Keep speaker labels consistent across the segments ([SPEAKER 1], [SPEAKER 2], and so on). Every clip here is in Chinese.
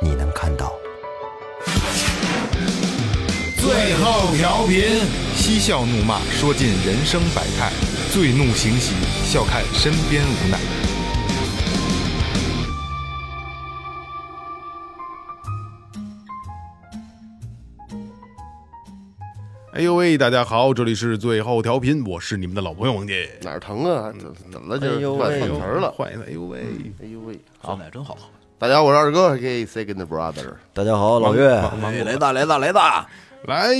[SPEAKER 1] 你能看到。
[SPEAKER 2] 最后调频，
[SPEAKER 3] 嬉笑怒骂，说尽人生百态；醉怒行喜，笑看身边无奈。哎呦喂，大家好，这里是最后调频，我是你们的老朋友王姐。
[SPEAKER 2] 哪儿疼啊？怎怎么了？
[SPEAKER 1] 哎
[SPEAKER 2] 这
[SPEAKER 1] 呦
[SPEAKER 2] 换
[SPEAKER 1] 喂
[SPEAKER 2] 换词儿了。
[SPEAKER 3] 换一个，哎呦喂，
[SPEAKER 2] 哎呦喂！
[SPEAKER 4] 酸奶真好。
[SPEAKER 2] 大家好，我是二哥，K Second Brother。
[SPEAKER 1] 大家好，老岳，
[SPEAKER 4] 哎，来大来大来大，
[SPEAKER 3] 来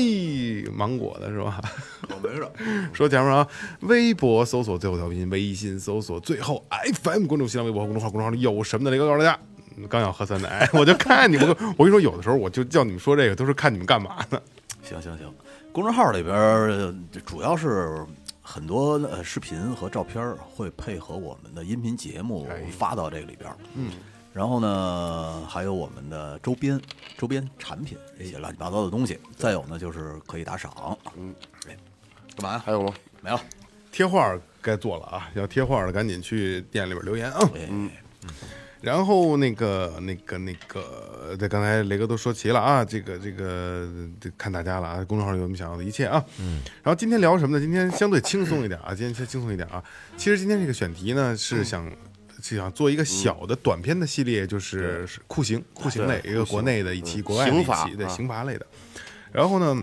[SPEAKER 3] 芒果的是吧？
[SPEAKER 4] 我没事。
[SPEAKER 3] 说前面啊，微博搜索最后调频，微信搜索最后 FM，关注新浪微博和公众号，公众号里有什么的雷哥告诉大家。嗯刚要喝酸奶，我就看你们， 我跟你说，有的时候我就叫你们说这个，都是看你们干嘛呢？
[SPEAKER 4] 行行行，公众号里边儿主要是很多呃视频和照片儿会配合我们的音频节目
[SPEAKER 1] 哎
[SPEAKER 4] 发到这个里边。嗯，然后呢，还有我们的周边、周边产品一些乱七八糟的东
[SPEAKER 1] 哎
[SPEAKER 4] 西。再有呢，就是可以打赏。嗯，干嘛呀？
[SPEAKER 2] 还有吗？
[SPEAKER 4] 没了。
[SPEAKER 3] 贴画儿该做了啊，要贴画儿的赶紧去店里边留言啊。
[SPEAKER 4] 哎，
[SPEAKER 1] 嗯
[SPEAKER 3] 然后那个、那个、那个，对，刚才雷哥都说齐了啊，这个、这个，这看大家了啊，公众号里有你们想要的一切啊。嗯。然后今天聊什么呢？今天相对轻松一点啊，今天先轻松一点啊。其实今天这个选题呢是想。是想做一个小的短片的系列，就是是酷刑、酷刑类，一个国内的一期，国外的一
[SPEAKER 2] 刑法
[SPEAKER 3] 期，对
[SPEAKER 2] 啊
[SPEAKER 3] 刑罚类的。然后呢，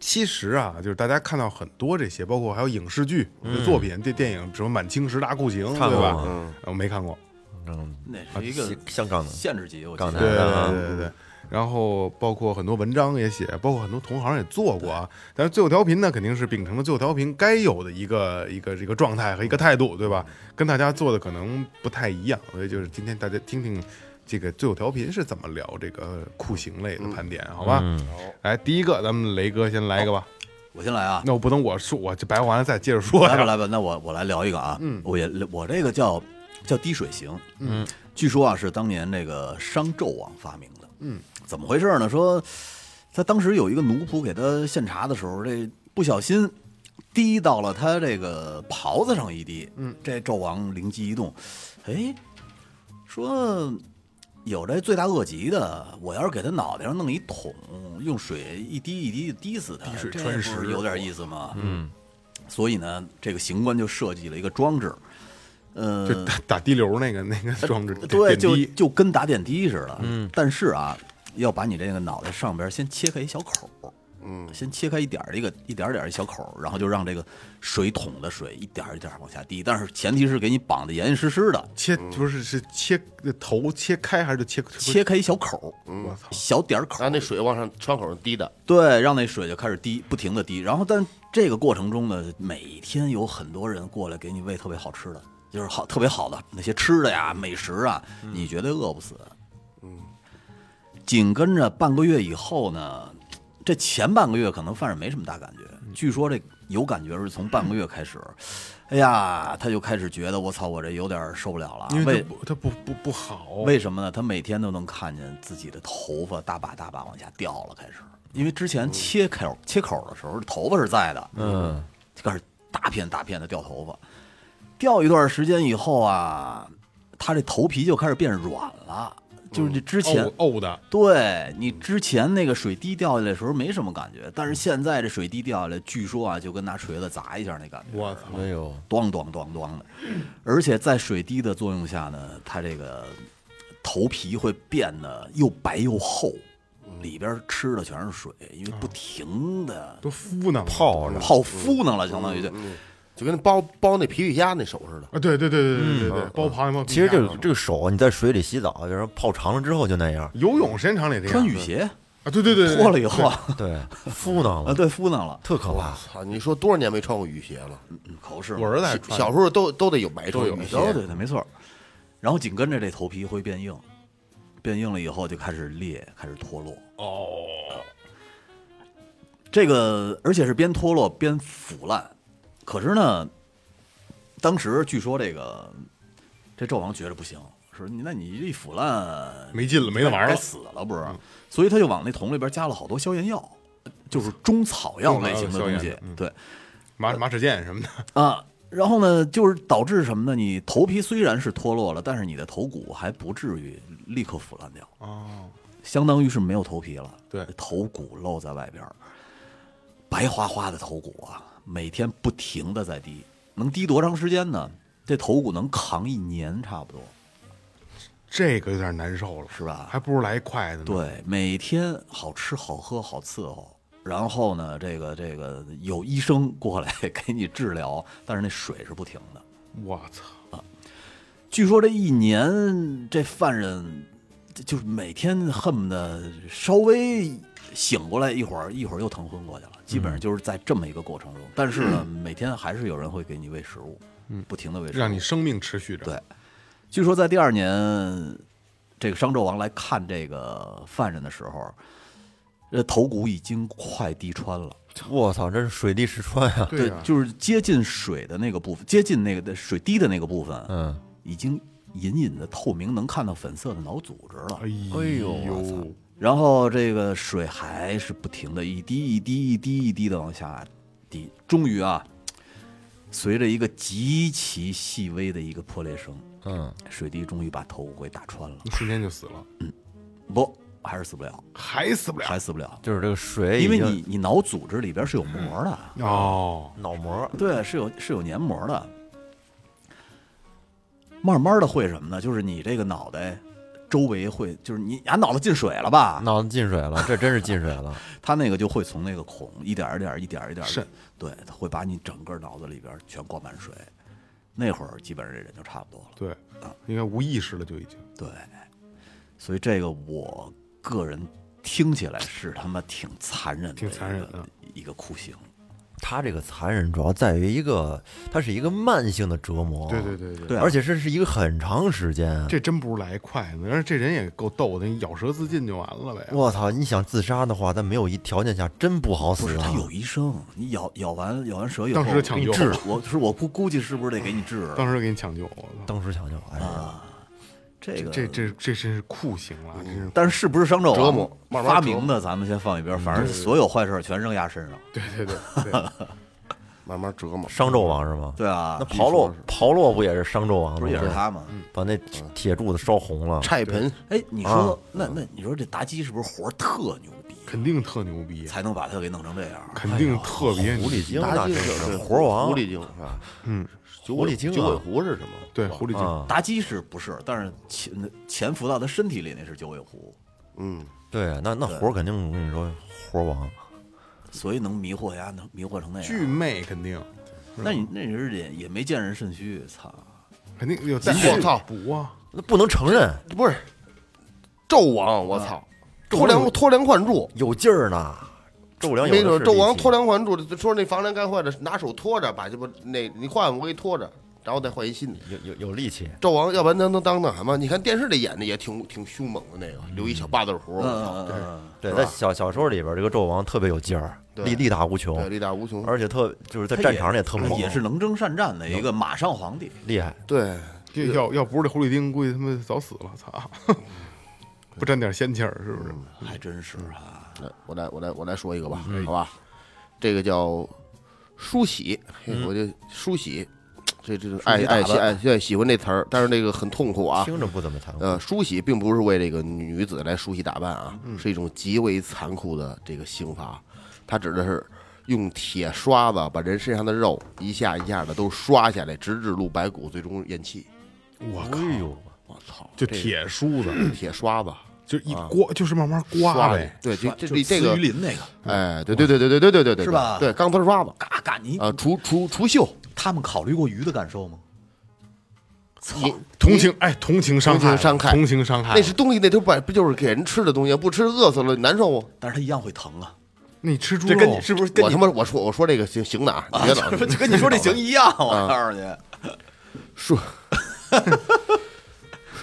[SPEAKER 3] 其实啊，就是大家看到很多这些，包括还有影视剧的作品、这电影，什么《满清十大酷刑》，
[SPEAKER 1] 看
[SPEAKER 3] 对
[SPEAKER 1] 过
[SPEAKER 3] 吧
[SPEAKER 1] 吗？
[SPEAKER 3] 嗯，我没看过。
[SPEAKER 4] 那是一个
[SPEAKER 1] 啊香港的
[SPEAKER 4] 限制级，我记
[SPEAKER 1] 港台
[SPEAKER 3] 对
[SPEAKER 4] 得。
[SPEAKER 1] 的
[SPEAKER 3] 对对对。然后包括很多文章也写，包括很多同行也做过啊。但是最后调频呢，肯定是秉承了最后调频该有的一个一个一个状态和一个态度，对吧？跟大家做的可能不太一样，所以就是今天大家听听这个最后调频是怎么聊这个酷刑类的
[SPEAKER 4] 嗯
[SPEAKER 3] 盘点，好吧？来，第一个，咱们雷哥先来一个吧。
[SPEAKER 4] 我先来啊。
[SPEAKER 3] 那我不能我说我这白完了再接着说
[SPEAKER 4] 来吧，
[SPEAKER 3] 呀。
[SPEAKER 4] 来吧，那我我来聊一个啊，我也我这个叫叫滴水刑，嗯，据说啊是当年那个商纣王发明的，嗯，怎么回事呢？说他当时有一个奴仆给他献茶的时候，这不小心滴到了他这个袍子上一滴，嗯，这纣王灵机一动，哎，说有这罪大恶极的，我要是给他脑袋上弄一桶，用水一滴一滴地滴死他，滴
[SPEAKER 3] 水穿石啊
[SPEAKER 4] 有点意思吗？嗯，所以呢，这个刑官就设计了一个装置，呃，
[SPEAKER 3] 就打打滴流那个那个装置，
[SPEAKER 4] 对，
[SPEAKER 3] 点
[SPEAKER 4] 就
[SPEAKER 3] 滴
[SPEAKER 4] 就跟打点滴似的。嗯，但是啊，要把你这个脑袋上边先切开一小口儿，嗯，先切开一点儿一个一点儿点儿一小口儿，然后就让这个水桶的水一点儿一点儿往下滴，但是前提是给你绑得严严实实的，
[SPEAKER 3] 切，不是是切头切开还是就嗯切？
[SPEAKER 4] 切开一小口儿，
[SPEAKER 3] 我操！
[SPEAKER 4] 小点儿口
[SPEAKER 2] 拿
[SPEAKER 4] 儿，
[SPEAKER 2] 那水往上窗口上滴的，
[SPEAKER 4] 对，让那水就开始滴，不停的滴。然后，但这个过程中呢，每天有很多人过来给你喂特别好吃的，就是好特别好的那些吃的呀、美食啊，你绝对饿不死。嗯，紧跟着半个月以后呢，这前半个月可能犯人没什么大感觉，据说这有感觉是从半个月开始，哎呀，他就开始觉得我操，我这有点受不了了，
[SPEAKER 3] 因为
[SPEAKER 4] 为
[SPEAKER 3] 它不它不不不好，
[SPEAKER 4] 为什么呢？他每天都能看见自己的头发大把大把往下掉了，开始，因为之前切口切口的时候，头发是在的，嗯，就开始大片大片的掉头发，掉一段时间以后啊，他这头皮就开始变软了，就是你之前。
[SPEAKER 3] 沤沤的，
[SPEAKER 4] 对你之前那个水滴掉下来的时候没什么感觉，但是现在这水滴掉下来，据说啊，就跟拿锤子砸一下那感觉。
[SPEAKER 3] 我操！
[SPEAKER 1] 哎呦，
[SPEAKER 4] 咣咣咣咣的，而且在水滴的作用下呢，它这个头皮会变得又白又厚，里边吃的全是水，因为不停的
[SPEAKER 3] 都敷呢，泡着
[SPEAKER 4] 泡敷弄了，相当于就
[SPEAKER 3] 嗯
[SPEAKER 2] 就跟包包那皮皮虾那手似的。
[SPEAKER 3] 啊！对对对对对对对，包螃蟹包皮
[SPEAKER 1] 其实
[SPEAKER 3] 虾
[SPEAKER 1] 这
[SPEAKER 3] 嘛。
[SPEAKER 1] 个这个手啊，你在水里洗澡，就是泡长了之后就那样，
[SPEAKER 3] 游泳时间长了也这样，
[SPEAKER 4] 穿雨鞋
[SPEAKER 3] 啊，对对对，对
[SPEAKER 4] 脱了以后啊，
[SPEAKER 1] 对， 敷囊
[SPEAKER 4] 啊
[SPEAKER 1] 了，
[SPEAKER 4] 对敷弄了，
[SPEAKER 1] 特可怕。
[SPEAKER 2] 操！你说多少年没穿过雨鞋了？
[SPEAKER 4] 嗯口是
[SPEAKER 3] 我儿子还穿，
[SPEAKER 2] 小时候都都得有白穿雨鞋。
[SPEAKER 4] 对对对，没错。然后紧跟着这头皮会变硬，变硬了以后就开始裂，开始脱落。
[SPEAKER 3] 哦，
[SPEAKER 4] 这个而且是边脱落边腐烂。可是呢，当时据说这个这纣王觉着不行，说你那你一腐烂
[SPEAKER 3] 没劲了，没得玩
[SPEAKER 4] 该
[SPEAKER 3] 了。嗯
[SPEAKER 4] 死了不是？所以他就往那桶里边加了好多消炎药，就是中草药类型
[SPEAKER 3] 中
[SPEAKER 4] 的东
[SPEAKER 3] 草药消
[SPEAKER 4] 西
[SPEAKER 3] 炎，嗯
[SPEAKER 4] 对
[SPEAKER 3] 马马齿苋什么的，
[SPEAKER 4] 啊。然后呢，就是导致什么呢？你头皮虽然是脱落了，但是你的头骨还不至于立刻腐烂掉。
[SPEAKER 3] 哦，
[SPEAKER 4] 相当于是没有头皮了，
[SPEAKER 3] 对
[SPEAKER 4] 头骨露在外边儿，白花花的头骨啊，每天不停的在滴，能滴多长时间呢？这头骨能扛一年差不多，
[SPEAKER 3] 嗯这个有点难受了，
[SPEAKER 4] 是吧
[SPEAKER 3] 还不如来一筷子呢。，
[SPEAKER 4] 对，每天好吃好喝好伺候，然后呢，这个这个有医生过来 给你治疗，但是那水是不停的。
[SPEAKER 3] 我操，
[SPEAKER 4] 据说这一年这犯人就就是每天恨不得稍微醒过来一会儿，一会儿又腾昏过去了，基本上就是在这么一个过程中。但是
[SPEAKER 3] 嗯
[SPEAKER 4] 呢，每天还是有人会给你喂食物，不停的喂食物，
[SPEAKER 3] 让你生命持续着。
[SPEAKER 4] 对，据说在第二年，这个商纣王来看这个犯人的时候，呃，头骨已经快滴穿了，
[SPEAKER 1] 我操，这是水滴石穿啊！
[SPEAKER 3] 对呀，
[SPEAKER 4] 就是接近水的那个部分，接近那个水滴的那个部分，
[SPEAKER 1] 嗯，
[SPEAKER 4] 已经隐隐的透明，能看到粉色的脑组织了。
[SPEAKER 3] 哎呦，
[SPEAKER 4] 然后这个水还是不停的一滴一滴一滴一滴的往下滴，终于啊，随着一个极其细微的一个破裂声，
[SPEAKER 1] 嗯，
[SPEAKER 4] 水滴终于把头骨给打穿了。
[SPEAKER 3] 瞬间就死了，
[SPEAKER 4] 不，还是死不了，
[SPEAKER 3] 还死不了。
[SPEAKER 4] 还死不了，
[SPEAKER 1] 就是这个水已
[SPEAKER 4] 因
[SPEAKER 1] 经，
[SPEAKER 4] 为你你脑组织里边是有膜的，
[SPEAKER 3] 哦，
[SPEAKER 1] 脑膜
[SPEAKER 4] 对，是有是有黏膜的。慢慢的会什么呢？就是你这个脑袋周围会，就是你俺脑子进水了吧？
[SPEAKER 3] 嗯
[SPEAKER 1] 脑子进水了，这真是进水了。
[SPEAKER 4] 它那个就会从那个孔一点儿一点儿一点儿一点儿
[SPEAKER 3] 渗，
[SPEAKER 4] 对，它会把你整个脑子里边儿全灌满水。那会儿基本上这人就差不多了，
[SPEAKER 3] 对，应该无意识了就已经。
[SPEAKER 4] 对。所以这个我个人听起来是他妈挺残忍的，
[SPEAKER 3] 挺残忍的
[SPEAKER 4] 一个酷刑。
[SPEAKER 1] 他这个残忍主要在于一个，它是一个慢性的折磨，
[SPEAKER 3] 对对哦对对，
[SPEAKER 4] 对啊
[SPEAKER 1] 而且这是一个很长时间啊。
[SPEAKER 3] 这真不如来一筷子。但是这人也够逗的，咬舌自尽就完了呗。
[SPEAKER 1] 我操！你想自杀的话，在没有一条件下，真不好
[SPEAKER 4] 不
[SPEAKER 1] 死
[SPEAKER 4] 是，
[SPEAKER 1] 啊
[SPEAKER 4] 他！有医生，你咬咬完咬完蛇以后，
[SPEAKER 3] 当时就抢
[SPEAKER 4] 给你
[SPEAKER 3] 救
[SPEAKER 4] 治了。我是我估估计是不是得给你治了？
[SPEAKER 3] 当时就给你抢救，我操，
[SPEAKER 1] 当时想就哎呀，
[SPEAKER 4] 这个
[SPEAKER 3] 这这这真是酷刑了，真是。
[SPEAKER 4] 但是是不是商纣
[SPEAKER 2] 折
[SPEAKER 4] 王
[SPEAKER 2] 磨慢慢
[SPEAKER 4] 发
[SPEAKER 2] 折磨
[SPEAKER 4] 明的，咱们先放一边儿，反正所有坏事儿全扔牙身
[SPEAKER 3] 嗯
[SPEAKER 4] 上。
[SPEAKER 3] 对对对对，
[SPEAKER 2] 慢慢折磨。
[SPEAKER 1] 商纣王是吗？
[SPEAKER 4] 对啊
[SPEAKER 1] 那，炮烙炮烙不也是商纣王的
[SPEAKER 4] 不
[SPEAKER 1] 吗？
[SPEAKER 4] 是也是
[SPEAKER 3] 嗯
[SPEAKER 1] 对
[SPEAKER 4] 他吗？
[SPEAKER 1] 把那铁柱子烧红了。
[SPEAKER 2] 菜盆
[SPEAKER 4] 哎，你
[SPEAKER 1] 啊
[SPEAKER 4] 说、那那你说这妲己是不是活儿特牛逼，
[SPEAKER 3] 肯定特牛逼，
[SPEAKER 4] 才能把他给弄成这样？
[SPEAKER 3] 肯定特别牛
[SPEAKER 1] 狐
[SPEAKER 3] 逼。
[SPEAKER 1] 狸精
[SPEAKER 2] 妲
[SPEAKER 1] 那
[SPEAKER 2] 己
[SPEAKER 1] 真
[SPEAKER 2] 是
[SPEAKER 1] 是
[SPEAKER 2] 是
[SPEAKER 1] 活王，
[SPEAKER 2] 狐狸精是吧？
[SPEAKER 3] 嗯，
[SPEAKER 2] 九
[SPEAKER 1] 狐
[SPEAKER 2] 尾
[SPEAKER 1] 狸精啊
[SPEAKER 2] 九尾狐是什么？
[SPEAKER 3] 对，狐狸精，
[SPEAKER 1] 啊，
[SPEAKER 4] 妲己是不是？但是潜潜伏到他身体里那是九尾狐，
[SPEAKER 2] 嗯，
[SPEAKER 1] 对，那那活儿肯定我跟你说，活王
[SPEAKER 4] 所以能迷惑呀，能迷惑成那
[SPEAKER 3] 巨
[SPEAKER 4] 样。
[SPEAKER 3] 媚肯定
[SPEAKER 4] 那你那人也也没见人肾虚，操！
[SPEAKER 3] 肯定有再
[SPEAKER 2] 我操
[SPEAKER 3] 补啊，
[SPEAKER 1] 那不能承认，
[SPEAKER 2] 不是纣王，我操，脱梁脱梁换柱，
[SPEAKER 1] 有劲儿呢。纣梁有
[SPEAKER 2] 没
[SPEAKER 1] 的
[SPEAKER 2] 准
[SPEAKER 1] 是
[SPEAKER 2] 纣王
[SPEAKER 1] 力气
[SPEAKER 2] 脱梁换柱，说那房梁该坏了，拿手托着，把这不那你换我给你托着，然后再换一新的。
[SPEAKER 1] 有有有力气，
[SPEAKER 2] 纣王，要不然他能当那什么？你看电视里演的也挺挺凶猛的那个，留一小八字胡，
[SPEAKER 3] 哦
[SPEAKER 2] 我
[SPEAKER 4] 嗯
[SPEAKER 2] 操，
[SPEAKER 4] 嗯嗯嗯，
[SPEAKER 1] 对，
[SPEAKER 2] 是吧
[SPEAKER 1] 在小小说里边，这个纣王特别有劲儿，
[SPEAKER 2] 对
[SPEAKER 1] 力力大无穷
[SPEAKER 4] 嗯
[SPEAKER 2] 对，，力大无穷。
[SPEAKER 1] 而且特就是在战场上也特
[SPEAKER 4] 他
[SPEAKER 1] 猛，
[SPEAKER 4] 也是能征善战的一个马上皇帝。
[SPEAKER 1] 厉害。
[SPEAKER 2] 对，
[SPEAKER 3] 这要要不是这狐狸精，估计他们早死了，操！不沾点仙气儿，是不是？
[SPEAKER 4] 还真是啊，
[SPEAKER 2] 来我来我来我来说一个吧，
[SPEAKER 4] 嗯
[SPEAKER 2] 好吧？这个叫梳洗，嘿我就梳洗，这这这爱
[SPEAKER 4] 嗯洗打
[SPEAKER 2] 爱
[SPEAKER 4] 扮
[SPEAKER 2] 喜爱爱喜欢这词儿，但是那个很痛苦啊。
[SPEAKER 1] 听着不怎么残酷，
[SPEAKER 2] 呃，梳洗并不是为这个女子来梳洗打扮啊，是一种极为残酷的这个刑罚。它指的是用铁刷子把人身上的肉一下一下的都刷下来，直至入白骨，最终咽气。
[SPEAKER 3] 我靠，
[SPEAKER 1] 哎呦，
[SPEAKER 2] 我操，
[SPEAKER 3] 就
[SPEAKER 2] 这
[SPEAKER 3] 铁梳子，
[SPEAKER 2] 嗯铁刷子
[SPEAKER 3] 就一刮，就是慢慢刮
[SPEAKER 2] 刷
[SPEAKER 3] 呗。
[SPEAKER 2] 对，就这
[SPEAKER 4] 就
[SPEAKER 2] 这这
[SPEAKER 4] 慈
[SPEAKER 2] 个
[SPEAKER 4] 于，林嗯那个，
[SPEAKER 2] 哎，对对对对对对对对对，
[SPEAKER 4] 是吧
[SPEAKER 2] 对，钢丝刷子
[SPEAKER 4] 嘎嘎，你
[SPEAKER 2] 啊，除除除锈，
[SPEAKER 4] 他们考虑过鱼的感受吗？
[SPEAKER 2] 你
[SPEAKER 3] 同情，哎，同情伤害，
[SPEAKER 2] 同情伤害
[SPEAKER 3] 同情伤害。
[SPEAKER 2] 那是东西，那都不不就是给人吃的东西，不吃饿死了难受啊！
[SPEAKER 4] 但是他一样会疼啊，
[SPEAKER 3] 你吃猪
[SPEAKER 4] 这跟你
[SPEAKER 3] 肉，
[SPEAKER 4] 是不是跟
[SPEAKER 2] 我
[SPEAKER 4] 你
[SPEAKER 2] 他妈我说我说这个行行的啊，你别 老
[SPEAKER 4] 就 跟你说这行一样？我告诉你，
[SPEAKER 2] 说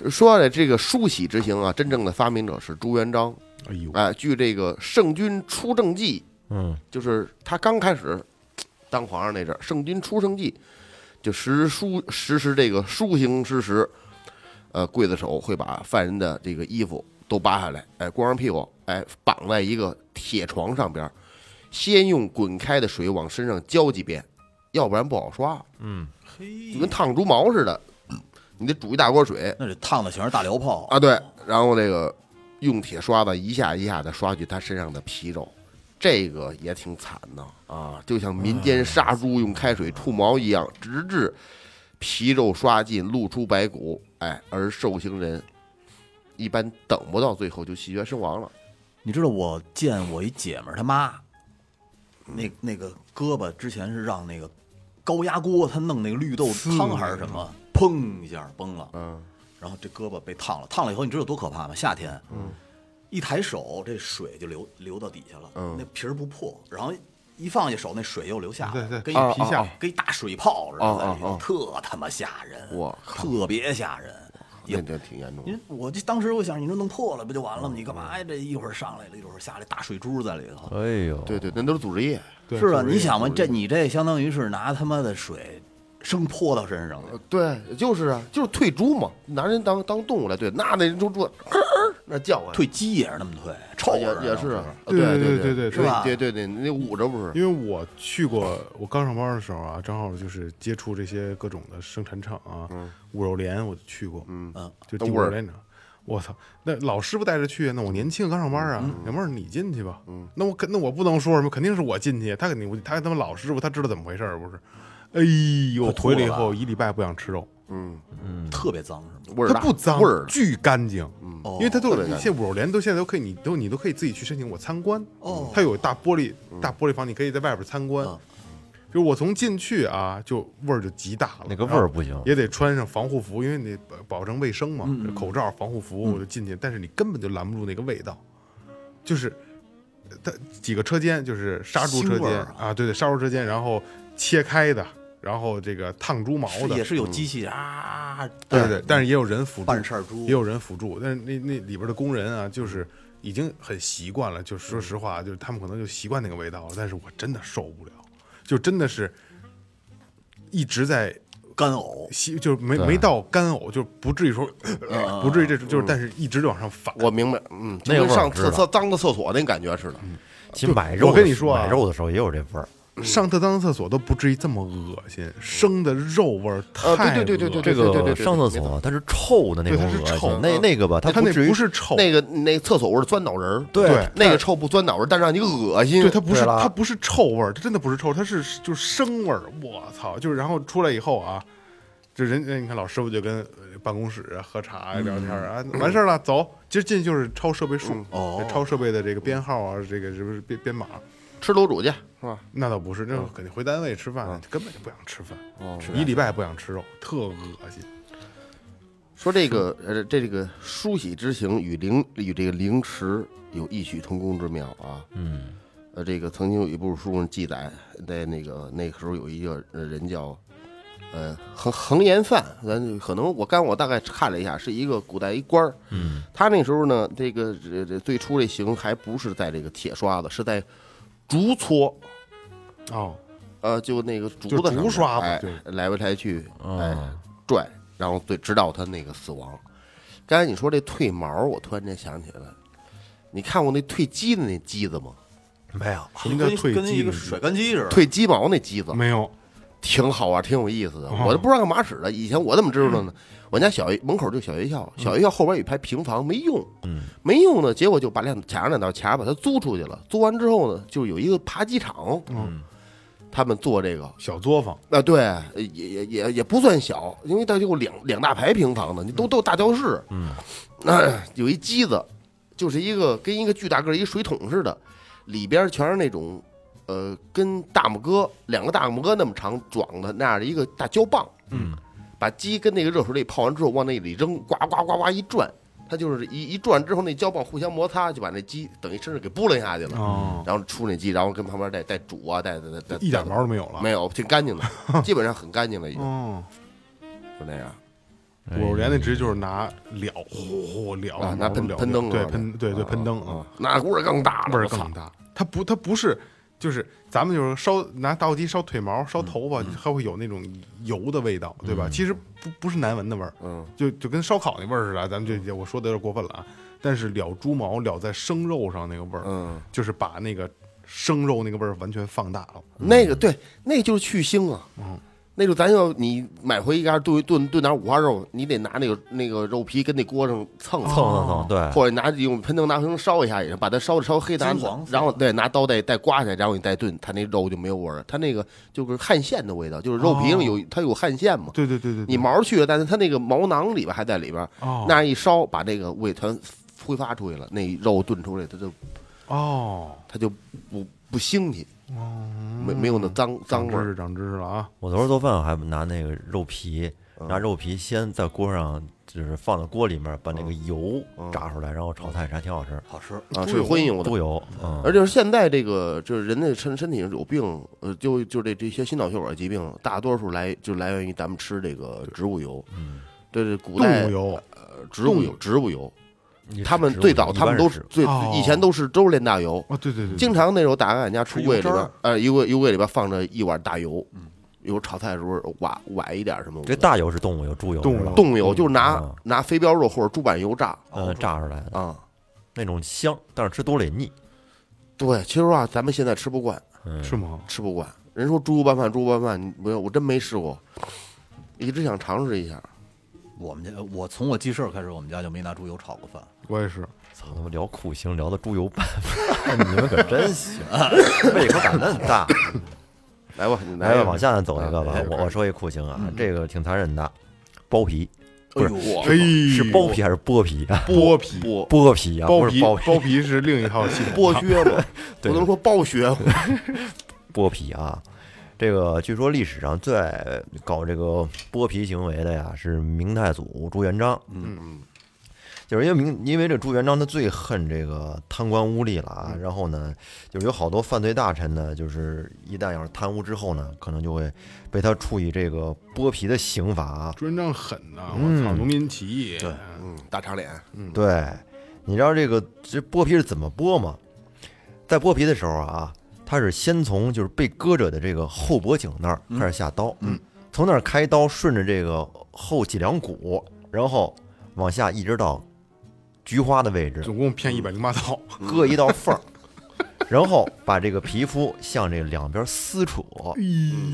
[SPEAKER 2] 说的这个梳洗之刑啊，真正的发明者是朱元璋。
[SPEAKER 3] 哎呦，
[SPEAKER 2] 哎，据这个《圣君出政记》
[SPEAKER 1] 嗯，
[SPEAKER 2] 就是他刚开始当皇上那阵儿，圣君出生记就实施实施这个书刑之时，呃，刽子手会把犯人的这个衣服都扒下来，哎，光着屁股，哎，绑在一个铁床上边儿，先用滚开的水往身上浇几遍，要不然不好刷，
[SPEAKER 4] 嘿
[SPEAKER 2] 就跟烫猪毛似的，你得煮一大锅水，
[SPEAKER 4] 那这烫的全是大燎泡
[SPEAKER 2] 啊，对，然后那个用铁刷子一下一下的刷去他身上的皮肉，这个也挺惨的啊，就像民间杀猪用开水触毛一样，直至皮肉刷尽，露出白骨，哎，而受刑人一般等不到最后就气绝身亡了。
[SPEAKER 4] 你知道我见我一姐们儿她妈，那那个胳膊之前是让那个高压锅她弄那个绿豆汤还是什么，砰一下崩了，
[SPEAKER 2] 嗯，
[SPEAKER 4] 然后这胳膊被烫了，烫了以后你知道多可怕吗？夏天，嗯，一抬手这水就流流到底下了，
[SPEAKER 2] 嗯
[SPEAKER 4] 那皮儿不破，然后一放下手那水又流下来，
[SPEAKER 3] 对对
[SPEAKER 4] 跟
[SPEAKER 3] 啊
[SPEAKER 4] 一
[SPEAKER 3] 皮下
[SPEAKER 4] 跟一大水泡似的在里头，
[SPEAKER 2] 啊啊啊
[SPEAKER 4] 特他妈吓人，
[SPEAKER 2] 我靠
[SPEAKER 4] 特别吓人，
[SPEAKER 2] 那这挺严重的
[SPEAKER 4] 您我这当时我想，你这弄破了不就完
[SPEAKER 3] 嗯
[SPEAKER 4] 了吗？你干嘛呀？这一会儿上来了，一会儿下来，大水珠在里头。
[SPEAKER 1] 哎呦，
[SPEAKER 2] 对对，那都是组织液。
[SPEAKER 3] 对
[SPEAKER 4] 是啊，
[SPEAKER 3] 就是
[SPEAKER 4] 你想嘛，这你这相当于是拿他妈的水生泼到身上了。
[SPEAKER 2] 呃对，就是啊，就是退猪嘛，拿人当当动物来对，那那人就猪，那叫啊唤，
[SPEAKER 4] 退鸡也是那么退，臭
[SPEAKER 2] 也
[SPEAKER 4] 着呢
[SPEAKER 2] 也是啊，
[SPEAKER 3] 对
[SPEAKER 2] 对
[SPEAKER 3] 对对
[SPEAKER 2] 对
[SPEAKER 3] 对
[SPEAKER 4] 是吧
[SPEAKER 2] 对对对，那捂着不是，
[SPEAKER 3] 因为我去过，我刚上班的时候啊，正好就是接触这些各种的生产厂啊，五肉连我就去过，嗯
[SPEAKER 4] 嗯，
[SPEAKER 3] 就
[SPEAKER 2] 那
[SPEAKER 3] 进五
[SPEAKER 2] 味
[SPEAKER 3] 肉
[SPEAKER 2] 儿
[SPEAKER 3] 连厂。我操，那老师傅带着去，那我年轻刚上班啊，要不然你进去吧，嗯，那我肯那我不能说什么，肯定是我进去，他肯定他他妈老师傅，他知道怎么回事儿不是？哎呦，
[SPEAKER 4] 他吐
[SPEAKER 3] 回
[SPEAKER 4] 了
[SPEAKER 3] 来以后一礼拜不想吃肉，
[SPEAKER 4] 嗯特别脏是吗？
[SPEAKER 2] 味儿
[SPEAKER 3] 它
[SPEAKER 2] 大
[SPEAKER 3] 不脏，
[SPEAKER 2] 味儿大
[SPEAKER 3] 巨干净，
[SPEAKER 4] 哦
[SPEAKER 3] 因为它都
[SPEAKER 2] 特
[SPEAKER 3] 有
[SPEAKER 2] 别干净
[SPEAKER 3] 现在五肉连都现在都可以，你都你都可以自己去申请我参观，
[SPEAKER 4] 哦
[SPEAKER 3] 它有大玻璃大玻璃房，你可以在外边参观
[SPEAKER 4] 嗯，
[SPEAKER 3] 就是我从进去啊，就味儿就极大了，
[SPEAKER 1] 那个味儿不
[SPEAKER 4] 啊
[SPEAKER 1] 行
[SPEAKER 3] 也得穿上防护服，因为你保保证卫生嘛，
[SPEAKER 4] 嗯
[SPEAKER 3] 口罩、防护服我就进去，但是你根本就拦不住那个味道，就是呃它几个车间，就是杀猪车
[SPEAKER 4] 腥味
[SPEAKER 3] 间
[SPEAKER 4] 儿啊
[SPEAKER 3] 啊，对对，杀猪车间，然后切开的，然后这个烫猪毛
[SPEAKER 4] 是
[SPEAKER 3] 的
[SPEAKER 4] 也，是有
[SPEAKER 2] 嗯
[SPEAKER 4] 机器啊，
[SPEAKER 3] 对对，但是也有人辅助
[SPEAKER 4] 半扇猪嗯
[SPEAKER 3] 也有人辅助，但是那那里边的工人啊，就是已经很习惯了，就是说实话，就是他们可能就习惯那个味道了，但是我真的受不了，就真的是一直在
[SPEAKER 4] 干呕，
[SPEAKER 3] 吸，就是没没到干呕，就不至于说呃不至于这种，就是但是一直就往上反。
[SPEAKER 2] 啊嗯我明白，嗯，就
[SPEAKER 1] 那个
[SPEAKER 2] 跟
[SPEAKER 1] 味儿
[SPEAKER 2] 上
[SPEAKER 1] 我知
[SPEAKER 2] 厕
[SPEAKER 1] 道
[SPEAKER 2] 厕脏的厕所那感觉似的，
[SPEAKER 3] 嗯
[SPEAKER 1] 其实买肉的
[SPEAKER 3] 我跟你说啊
[SPEAKER 1] 买肉的时候也有这味儿，
[SPEAKER 3] 上特当厕所都不至于这么恶心，生的肉味儿
[SPEAKER 2] 啊
[SPEAKER 3] 太
[SPEAKER 2] 对对对
[SPEAKER 3] 恶
[SPEAKER 2] 对
[SPEAKER 1] 这
[SPEAKER 3] 心
[SPEAKER 2] 对对对
[SPEAKER 1] 个
[SPEAKER 2] 对
[SPEAKER 1] 上厕
[SPEAKER 2] 没
[SPEAKER 1] 所它是臭的那种
[SPEAKER 3] 对它是
[SPEAKER 1] 恶
[SPEAKER 3] 臭
[SPEAKER 1] 心，那那个吧，
[SPEAKER 3] 它
[SPEAKER 1] 不
[SPEAKER 3] 那
[SPEAKER 1] 至于
[SPEAKER 3] 不是臭，
[SPEAKER 2] 那个那厕所味儿钻脑仁儿，
[SPEAKER 4] 对
[SPEAKER 3] 对
[SPEAKER 2] 那个臭不钻脑仁儿，但让你恶心。
[SPEAKER 3] 对，它不是
[SPEAKER 1] 对了
[SPEAKER 3] 它不是臭味儿，它真的不是臭，它是就是生味儿。我操！就是然后出来以后啊，这人哎家你看老师傅就跟呃办公室啊喝茶呀、聊天儿
[SPEAKER 2] 嗯
[SPEAKER 3] 啊，完事儿了，走，今儿进去就是抄设备数，
[SPEAKER 4] 哦
[SPEAKER 3] 抄设备的这个编号啊，这个什么编编码。
[SPEAKER 2] 吃楼主去是吧？
[SPEAKER 3] 那倒不是，那
[SPEAKER 2] 嗯
[SPEAKER 3] 肯定回单位吃饭，根本就不想吃饭，
[SPEAKER 2] 哦
[SPEAKER 4] 吃
[SPEAKER 3] 一礼拜不想吃肉，特恶心。
[SPEAKER 2] 说这个呃，这这个梳洗之行与凌与这个凌迟有异曲同工之妙啊。
[SPEAKER 1] 嗯，
[SPEAKER 2] 呃，这个曾经有一部书上记载，在那个那个时候有一个人叫呃恒恒延范，咱可能我刚我大概看了一下，是一个古代一官儿。嗯，他那时候呢，这个这这最初这刑还不是在这个铁刷子，是在竹搓。
[SPEAKER 3] 哦，
[SPEAKER 2] 呃，就那个竹
[SPEAKER 3] 就
[SPEAKER 2] 子上面
[SPEAKER 3] 竹刷嘛
[SPEAKER 2] 哎
[SPEAKER 3] 对啊
[SPEAKER 2] 来回来去，哎
[SPEAKER 1] 哦，
[SPEAKER 2] 拽，然后对，直到他那个死亡。刚才你说这褪毛，我突然间想起来，你看过那褪鸡的那鸡子吗？
[SPEAKER 1] 没有，
[SPEAKER 3] 什么叫
[SPEAKER 4] 跟
[SPEAKER 3] 退
[SPEAKER 4] 跟
[SPEAKER 3] 机
[SPEAKER 4] 一
[SPEAKER 3] 呢？
[SPEAKER 4] 个甩干机似的。
[SPEAKER 2] 褪鸡毛那鸡子
[SPEAKER 3] 没有，
[SPEAKER 2] 挺好玩，挺有意思的。
[SPEAKER 3] 嗯哦
[SPEAKER 2] 我都不知道干嘛使的。以前我怎么知道呢？我家小学门口就小学校，
[SPEAKER 3] 嗯
[SPEAKER 2] 小学校后边有一排平房，没用，没用呢。结果就把两卡上两道卡把它租出去了。租完之后呢，就有一个扒鸡场，
[SPEAKER 3] 嗯
[SPEAKER 2] 他们做这个
[SPEAKER 3] 小作坊，
[SPEAKER 2] 啊，对，也也也也不算小，因为它有两两大排平房的，你都都有大教室。 嗯，有一机子，就是一个跟一个巨大个儿一水桶似的，里边全是那种，呃，跟大拇哥两个大拇哥那么长壮的那样的一个大胶棒。
[SPEAKER 3] 嗯，
[SPEAKER 2] 把鸡跟那个热水里泡完之后，往那里扔，呱呱呱呱一转，它就是一一转之后，那胶棒互相摩擦，就把那鸡等于身上给拨楞下去了。
[SPEAKER 3] 哦，
[SPEAKER 2] 然后出那鸡，然后跟旁边再再煮啊，再再再
[SPEAKER 3] 一点毛都没有了。
[SPEAKER 2] 没有，挺干净的，基本上很干净了，已经
[SPEAKER 3] 哦，
[SPEAKER 2] 就那样。
[SPEAKER 3] 五连那直接就是拿燎，嚯嚯燎
[SPEAKER 2] 哎啊，拿喷
[SPEAKER 3] 燎
[SPEAKER 2] 喷灯
[SPEAKER 3] 对
[SPEAKER 2] 啊
[SPEAKER 3] 喷对对喷灯
[SPEAKER 2] 啊，那味儿更大了，
[SPEAKER 3] 味儿
[SPEAKER 2] 我操
[SPEAKER 3] 更大。它不它不是就是咱们就是烧拿打火机烧腿毛、
[SPEAKER 2] 嗯
[SPEAKER 3] 烧头发，还会有那种油的味道，对吧？其实不不是难闻的味儿，
[SPEAKER 2] 嗯，
[SPEAKER 3] 就就跟烧烤那味儿似的。咱们就我说的有点过分了啊，但是燎猪毛燎在生肉上那个味儿，
[SPEAKER 2] 嗯，
[SPEAKER 3] 就是把那个生肉那个味儿完全放大了。
[SPEAKER 2] 那个对，那就是去腥啊。嗯，那就咱要你买回一家炖炖炖点五花肉，你得拿那个那个肉皮跟那锅上蹭
[SPEAKER 1] 蹭蹭蹭，对，
[SPEAKER 2] 或者拿用喷灯拿喷烧一下也是，把它烧的稍黑，拿
[SPEAKER 4] 金黄色
[SPEAKER 2] 然后对拿刀再再刮下来，然后你再炖，它那肉就没有味儿了。它那个就是汗腺的味道，就是肉皮上有、它有汗腺嘛。
[SPEAKER 3] 对对对对，对
[SPEAKER 2] 你毛去了，但是它那个毛囊里边还在里边，
[SPEAKER 3] 哦
[SPEAKER 2] 那样一烧把这个味全挥发出去了，那肉炖出来它就
[SPEAKER 3] 哦，
[SPEAKER 2] 它就不不腥气，没没有那脏
[SPEAKER 3] 长
[SPEAKER 2] 脏味
[SPEAKER 3] 知
[SPEAKER 2] 儿。
[SPEAKER 3] 识长知识了啊！
[SPEAKER 1] 我头儿做饭我还拿那个肉皮，拿肉皮先在锅上，就是放到锅里面，把那个油炸出来，然后炒菜啥挺好吃，
[SPEAKER 4] 好吃。
[SPEAKER 2] 啊，
[SPEAKER 3] 猪
[SPEAKER 2] 是
[SPEAKER 3] 油
[SPEAKER 2] 荤油的
[SPEAKER 1] 猪。油，嗯，
[SPEAKER 2] 而就是现在这个，就是人的身身体上有病，呃，就就这这些心脑血管疾病，大多数来就来源于咱们吃这个植物油。嗯，这是古代
[SPEAKER 3] 动物油
[SPEAKER 2] 呃植物油，植物油，
[SPEAKER 1] 你
[SPEAKER 2] 他们
[SPEAKER 1] 植物
[SPEAKER 2] 最
[SPEAKER 1] 油
[SPEAKER 2] 早
[SPEAKER 1] 一
[SPEAKER 2] 他
[SPEAKER 1] 般
[SPEAKER 2] 们都
[SPEAKER 1] 是
[SPEAKER 2] 最
[SPEAKER 3] 哦
[SPEAKER 2] 以前都是都是炼大油，
[SPEAKER 3] 哦，对
[SPEAKER 1] 嗯
[SPEAKER 3] 对对，
[SPEAKER 2] 经常那时候打开俺家橱柜里
[SPEAKER 4] 吃油渣
[SPEAKER 2] 边
[SPEAKER 4] 儿，
[SPEAKER 2] 呃，衣柜衣柜里边放着一碗大油，
[SPEAKER 1] 嗯
[SPEAKER 2] 有时候炒菜的时候崴崴一点什么，
[SPEAKER 1] 这大油是动物油，猪油是吧，
[SPEAKER 3] 动物油
[SPEAKER 2] 动物油就是拿
[SPEAKER 1] 嗯
[SPEAKER 2] 拿肥膘肉或者猪板油炸
[SPEAKER 1] 嗯炸出来的
[SPEAKER 2] 啊。
[SPEAKER 1] 那种香，但是吃多了也腻，
[SPEAKER 2] 对，其实话咱们现在吃不惯，
[SPEAKER 1] 嗯，
[SPEAKER 3] 是吗？
[SPEAKER 2] 吃不惯。人说猪肉拌饭，猪肉拌饭，没有，我真没试过，一直想尝试一下。
[SPEAKER 4] 我们家我从我记事儿开始，我们家就没拿猪油炒过饭。
[SPEAKER 3] 我也是，
[SPEAKER 1] 操他妈聊苦行聊的猪油拌饭，你们可真行， 胃口胆那么大。
[SPEAKER 2] 来吧，你
[SPEAKER 1] 来吧，
[SPEAKER 2] 吧，
[SPEAKER 1] 往下走一个吧
[SPEAKER 2] 哎。
[SPEAKER 1] 我我说一苦行啊，这个挺残忍的，剥皮
[SPEAKER 4] 哎
[SPEAKER 1] 不
[SPEAKER 4] 呦
[SPEAKER 1] 是，
[SPEAKER 3] 哎，
[SPEAKER 1] 是剥皮还是剥皮啊？
[SPEAKER 3] 剥皮，
[SPEAKER 2] 剥
[SPEAKER 1] 剥皮啊，不
[SPEAKER 3] 剥
[SPEAKER 1] 是
[SPEAKER 3] 皮，
[SPEAKER 1] 剥皮，
[SPEAKER 3] 剥皮是另一套系 统。
[SPEAKER 2] 剥削 嘛，
[SPEAKER 1] 对
[SPEAKER 2] 不能说剥削嘛。
[SPEAKER 1] 剥皮啊。这个据说历史上最爱搞这个剥皮行为的呀，是明太祖朱元璋。
[SPEAKER 2] 嗯
[SPEAKER 1] 就是因为明，因为这朱元璋他最恨这个贪官污吏了啊。然后呢，就是有好多犯罪大臣呢，就是一旦要是贪污之后呢，可能就会被他处以这个剥皮的刑罚啊。
[SPEAKER 3] 朱元璋狠呐！我
[SPEAKER 1] 嗯
[SPEAKER 3] 操，农民起义，
[SPEAKER 4] 对
[SPEAKER 2] 嗯，大长脸，
[SPEAKER 1] 对，你知道这个这剥皮是怎么剥吗？在剥皮的时候啊，他是先从就是被割着的这个后脖颈那儿开始下刀，嗯，从那儿开刀，顺着这个后脊梁骨，然后往下一直到菊花的位置，
[SPEAKER 3] 总共骗一百零八刀，
[SPEAKER 1] 割一道缝儿，然后把这个皮肤向这两边撕扯，
[SPEAKER 3] 哎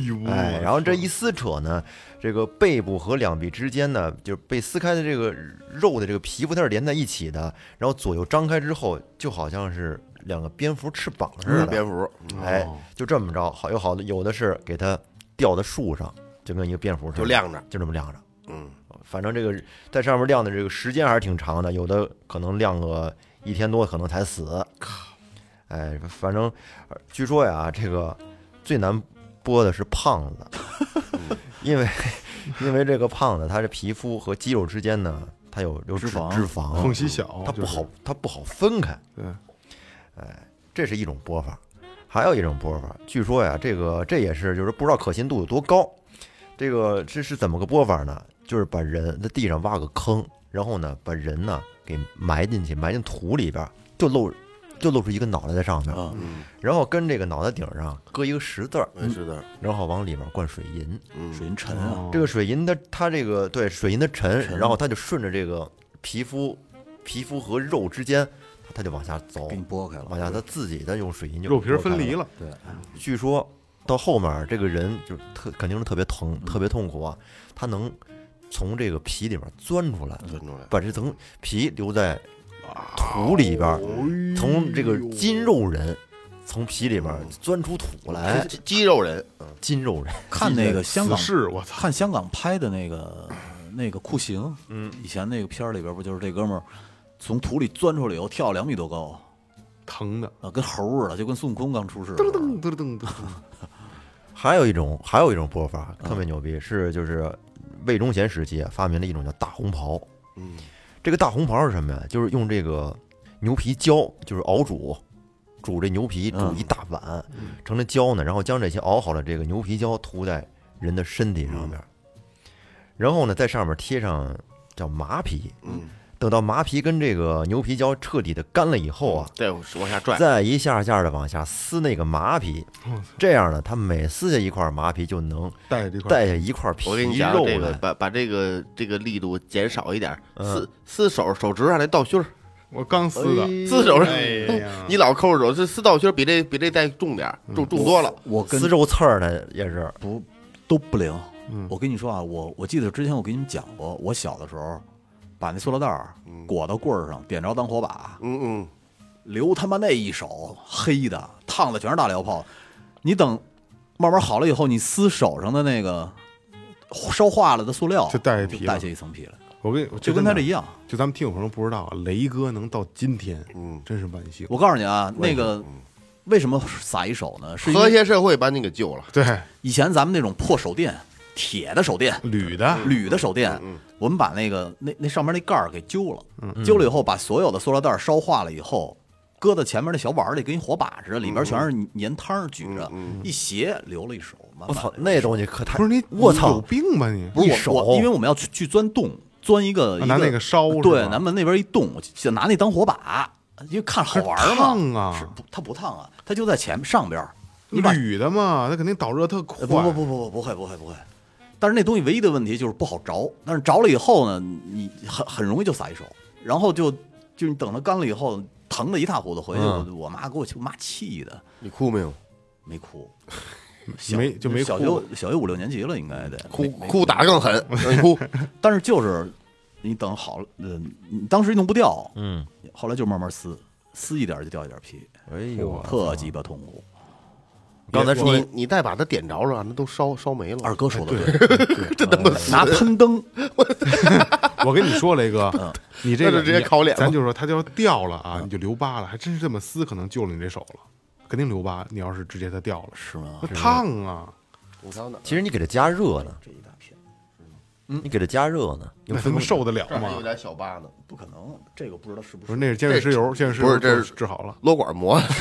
[SPEAKER 3] 呦
[SPEAKER 2] 嗯
[SPEAKER 1] 哎，然后这一撕扯呢，这个背部和两臂之间呢，就是被撕开的这个肉的这个皮肤它是连在一起的，然后左右张开之后，就好像是两个蝙蝠翅膀似的，
[SPEAKER 2] 嗯蝙蝠，
[SPEAKER 1] 哎
[SPEAKER 3] 哦，
[SPEAKER 1] 就这么着，好有好的有的是给它吊在树上，就跟一个蝙蝠似的，
[SPEAKER 2] 就晾着。
[SPEAKER 1] 就这么晾着，
[SPEAKER 2] 嗯，
[SPEAKER 1] 反正这个在上面晾的这个时间还是挺长的，有的可能晾个一天多，可能才死。哎，反正呃据说呀，这个最难剥的是胖 子，因为 因为这个胖子他这皮肤和肌肉之间呢，它有有
[SPEAKER 4] 脂
[SPEAKER 1] 脂
[SPEAKER 4] 肪
[SPEAKER 1] 脂肪
[SPEAKER 3] 缝隙小，
[SPEAKER 1] 它
[SPEAKER 3] 哦
[SPEAKER 1] 不
[SPEAKER 3] 就是
[SPEAKER 1] 好，它不好分开。哎
[SPEAKER 3] 对，
[SPEAKER 1] 这是一种剥法，还有一种剥法，据说呀，这个这也是就是不知道可信度有多高。这个这是怎么个剥法呢？就是把人在地上挖个坑，然后呢把人呢给埋进去，埋进土里边儿，就露就露出一个脑袋在上面，
[SPEAKER 4] 啊，
[SPEAKER 2] 嗯
[SPEAKER 1] 然后跟这个脑袋顶上搁一个十字儿，
[SPEAKER 2] 哎是的，
[SPEAKER 1] 然后往里面灌水银。
[SPEAKER 2] 嗯
[SPEAKER 4] 水银沉啊，
[SPEAKER 1] 这个水银它它这个对水银它沉，
[SPEAKER 4] 沉
[SPEAKER 1] 然后它就顺着这个皮肤皮肤和肉之间，它就往下
[SPEAKER 2] 哦
[SPEAKER 1] 走
[SPEAKER 4] 给，你剥开
[SPEAKER 2] 哎
[SPEAKER 4] 了。
[SPEAKER 1] 往下它自己再用水银就
[SPEAKER 3] 肉皮儿
[SPEAKER 1] 剥开
[SPEAKER 3] 分离
[SPEAKER 1] 了。
[SPEAKER 3] 了，
[SPEAKER 4] 对，
[SPEAKER 1] 据说到后面儿这个人就是特肯定是特别疼、特别痛苦啊，他能从这个皮里面钻出来，
[SPEAKER 2] 分出来。
[SPEAKER 1] 把这层皮留在土里边儿，从这个筋肉人从皮里面钻出土来，
[SPEAKER 2] 肌肌肉人，
[SPEAKER 1] 筋肉人
[SPEAKER 4] 看那个香港
[SPEAKER 3] 死士，我操，
[SPEAKER 4] 看香港拍的那个那个酷刑，嗯，以前那个片儿里边不就是这哥们儿从土里钻出来以后跳两米多高
[SPEAKER 3] 疼的，
[SPEAKER 4] 啊，跟猴似的，就跟孙悟空刚出世的时
[SPEAKER 3] 噔
[SPEAKER 4] 候。
[SPEAKER 3] 噔噔噔噔，
[SPEAKER 1] 还有一种还有一种播法特别牛逼，是就是魏忠贤时期啊发明了一种叫大红袍。
[SPEAKER 2] 嗯，
[SPEAKER 1] 这个大红袍是什么呀？就是用这个牛皮胶，就是熬煮，煮这牛皮煮一大碗，成了胶呢，然后将这些熬好的这个牛皮胶涂在人的身体上面，然后呢，在上面贴上叫麻皮，
[SPEAKER 2] 嗯，
[SPEAKER 1] 等到麻皮跟这个牛皮胶彻底的干了以后啊，
[SPEAKER 2] 再往下拽，
[SPEAKER 1] 再一下下的往下撕那个麻皮，这样呢，它每撕下一块麻皮就能
[SPEAKER 3] 带着这块
[SPEAKER 1] 带下一块皮
[SPEAKER 2] 我跟你讲，
[SPEAKER 1] 肉
[SPEAKER 2] 这个
[SPEAKER 1] 来。
[SPEAKER 2] 把把这个这个力度减少一点，撕撕手手指上那倒芯儿，
[SPEAKER 3] 我刚撕的，
[SPEAKER 2] 撕手上
[SPEAKER 3] 哎呀，
[SPEAKER 2] 你老抠着手，这撕倒芯儿比这比这再重点儿，重重多了。
[SPEAKER 4] 我跟
[SPEAKER 1] 撕肉刺儿呢也是，
[SPEAKER 4] 不都不灵。
[SPEAKER 3] 嗯
[SPEAKER 4] 我跟你说啊，我我记得之前我给你们讲过，我小的时候把那塑料袋儿
[SPEAKER 3] 嗯
[SPEAKER 4] 裹到棍儿上，点着当火把，
[SPEAKER 2] 嗯嗯，
[SPEAKER 4] 留他妈那一手黑的，烫的全是大燎泡。你等慢慢好了以后，你撕手上的那个烧化了的塑料，
[SPEAKER 3] 就带一皮
[SPEAKER 4] 就带
[SPEAKER 3] 了
[SPEAKER 4] 下一层皮来，
[SPEAKER 3] 我跟我
[SPEAKER 4] 就跟他这
[SPEAKER 3] 真
[SPEAKER 4] 一
[SPEAKER 3] 的
[SPEAKER 4] 样。
[SPEAKER 3] 就咱们听友朋友不知道啊，雷哥能到今天，
[SPEAKER 2] 嗯
[SPEAKER 3] 真是万幸。
[SPEAKER 4] 我告诉你啊，那个为什么撒一手呢？是因
[SPEAKER 2] 和
[SPEAKER 4] 为
[SPEAKER 2] 谐社会把你给救了。
[SPEAKER 3] 对，
[SPEAKER 4] 以前咱们那种破手电，铁的手电，
[SPEAKER 3] 铝的，
[SPEAKER 4] 铝的手电，我们把那个那那上面那盖儿给揪了，揪了以后把所有的塑料袋儿烧化了以后，搁到前面那小碗儿里，跟一火把似的，里边全是粘汤儿举着，一斜留了一手。慢慢
[SPEAKER 1] 我操，
[SPEAKER 4] 地
[SPEAKER 1] 那东西可太
[SPEAKER 3] 不是你，
[SPEAKER 1] 我
[SPEAKER 3] 你
[SPEAKER 1] 操
[SPEAKER 3] 有，病吧你？
[SPEAKER 4] 不是
[SPEAKER 1] 一
[SPEAKER 4] 我
[SPEAKER 1] 手
[SPEAKER 4] 我因为我们要去去钻洞，钻一个
[SPEAKER 3] 啊
[SPEAKER 4] 一个
[SPEAKER 3] 拿那个烧是
[SPEAKER 4] 对
[SPEAKER 3] 吧，
[SPEAKER 4] 南门那边一洞，我就拿那当火把，因为看好玩儿嘛。
[SPEAKER 3] 烫啊
[SPEAKER 4] 是不？它不烫啊，它就在前上边儿。你把
[SPEAKER 3] 铝的嘛，它肯定导热特快。
[SPEAKER 4] 呃不不不不不不会不会不会。但是那东西唯一的问题就是不好着，但是着了以后呢，你很很容易就撒一手，然后就就你等它干了以后，疼的一塌糊涂。回去
[SPEAKER 3] 嗯
[SPEAKER 4] 我、我妈给我我妈气的，
[SPEAKER 2] 你哭没有？
[SPEAKER 4] 没哭，
[SPEAKER 3] 没就没
[SPEAKER 4] 小
[SPEAKER 3] 哭
[SPEAKER 4] 学小学五六年级了应该得
[SPEAKER 2] 哭哭打得更狠，让你哭。
[SPEAKER 4] 但是就是你等好了，呃，你当时弄不掉，
[SPEAKER 1] 嗯，
[SPEAKER 4] 后来就慢慢撕，撕一点就掉一点皮，
[SPEAKER 1] 哎呦，
[SPEAKER 4] 特鸡巴痛苦。
[SPEAKER 1] 刚才说
[SPEAKER 2] 你你再把它点着了，那都烧烧没
[SPEAKER 4] 二
[SPEAKER 2] 了。
[SPEAKER 4] 哥说的 对，真他妈拿喷灯，
[SPEAKER 3] 我跟你说，雷哥，嗯你这
[SPEAKER 2] 那
[SPEAKER 3] 个
[SPEAKER 2] 就直接
[SPEAKER 3] 你
[SPEAKER 2] 烤脸了
[SPEAKER 3] 咱就说它就要掉了啊，你就留疤了，还真是这么撕，可能救了你这手了，肯定留疤。你要是直接它掉了，
[SPEAKER 4] 是吗？
[SPEAKER 3] 那烫啊，
[SPEAKER 1] 其实你给它加热呢，你给它加热呢，
[SPEAKER 3] 那他妈受得了 吗？
[SPEAKER 2] 点小疤呢，
[SPEAKER 4] 不可能，这个不知道是不
[SPEAKER 3] 不是，那是坚水石油，坚水石
[SPEAKER 2] 不
[SPEAKER 3] 油
[SPEAKER 2] 是这
[SPEAKER 3] 就是治好了。
[SPEAKER 2] 裸管磨。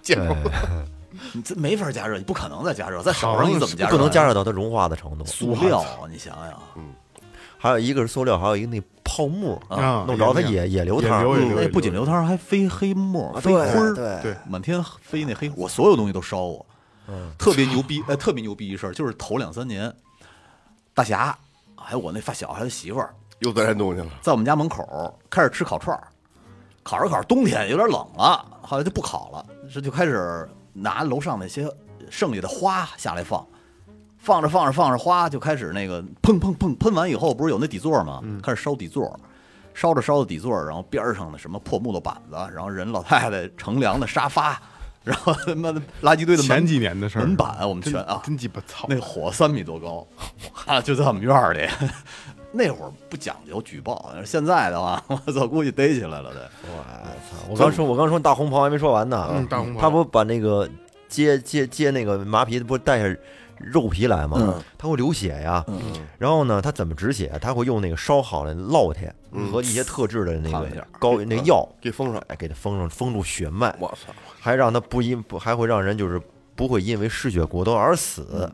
[SPEAKER 2] 见过吗
[SPEAKER 4] 你这没法加热，你不可能再加热，在手
[SPEAKER 3] 好
[SPEAKER 4] 上
[SPEAKER 3] 像
[SPEAKER 4] 你怎么加热？
[SPEAKER 1] 不能加热到它融化的程度。
[SPEAKER 4] 塑料啊，你想想，
[SPEAKER 1] 还有一个是塑料，还有一个那泡沫
[SPEAKER 3] 啊
[SPEAKER 1] 弄着它
[SPEAKER 3] 也
[SPEAKER 1] 也也流汤
[SPEAKER 3] 也
[SPEAKER 1] 儿。嗯
[SPEAKER 3] 流
[SPEAKER 4] 那哎不仅流汤，还飞黑沫、飞灰儿，
[SPEAKER 1] 啊对
[SPEAKER 3] 对
[SPEAKER 4] 满天飞那黑，我所有东西都烧我。特别牛逼，哎，特别牛逼一事儿，就是头两三年，大侠还有我那发小还有媳妇儿，
[SPEAKER 2] 又钻山洞去了。
[SPEAKER 4] 在我们家门口开始吃烤串儿，烤着烤着冬天有点冷了，后来就不烤了，这就开始拿楼上那些剩下的花下来放，放着放着放着花就开始那个砰砰砰喷完以后，不是有那底座吗？
[SPEAKER 3] 嗯
[SPEAKER 4] 开始烧底座，烧着烧着底座，然后边儿上的什么破木头板子，然后人老太太乘凉的沙发，然后他妈的垃圾堆的门
[SPEAKER 3] 前几年的事儿，
[SPEAKER 4] 门板我们全啊
[SPEAKER 3] 真鸡巴操！
[SPEAKER 4] 那火三米多高，啊，就在我们院儿里。那会儿不讲究举报，现在的话，我操，估计逮起来了得。
[SPEAKER 1] 我刚说，我刚说大红袍还没说完呢。啊
[SPEAKER 3] 嗯大红袍
[SPEAKER 1] 他不把那个揭揭揭那个麻皮，不是带下肉皮来吗
[SPEAKER 4] 嗯？
[SPEAKER 1] 他会流血呀。
[SPEAKER 3] 嗯
[SPEAKER 1] 然后呢，他怎么止血？他会用那个烧好的烙铁
[SPEAKER 3] 嗯
[SPEAKER 1] 和一些特制的那
[SPEAKER 4] 烫一
[SPEAKER 1] 个
[SPEAKER 4] 下
[SPEAKER 1] 膏那药，
[SPEAKER 2] 给封上，
[SPEAKER 1] 哎，给它封上，封住血脉，
[SPEAKER 2] 我操！
[SPEAKER 1] 还让他不因不还会让人就是不会因为失血过多而
[SPEAKER 4] 嗯
[SPEAKER 1] 死。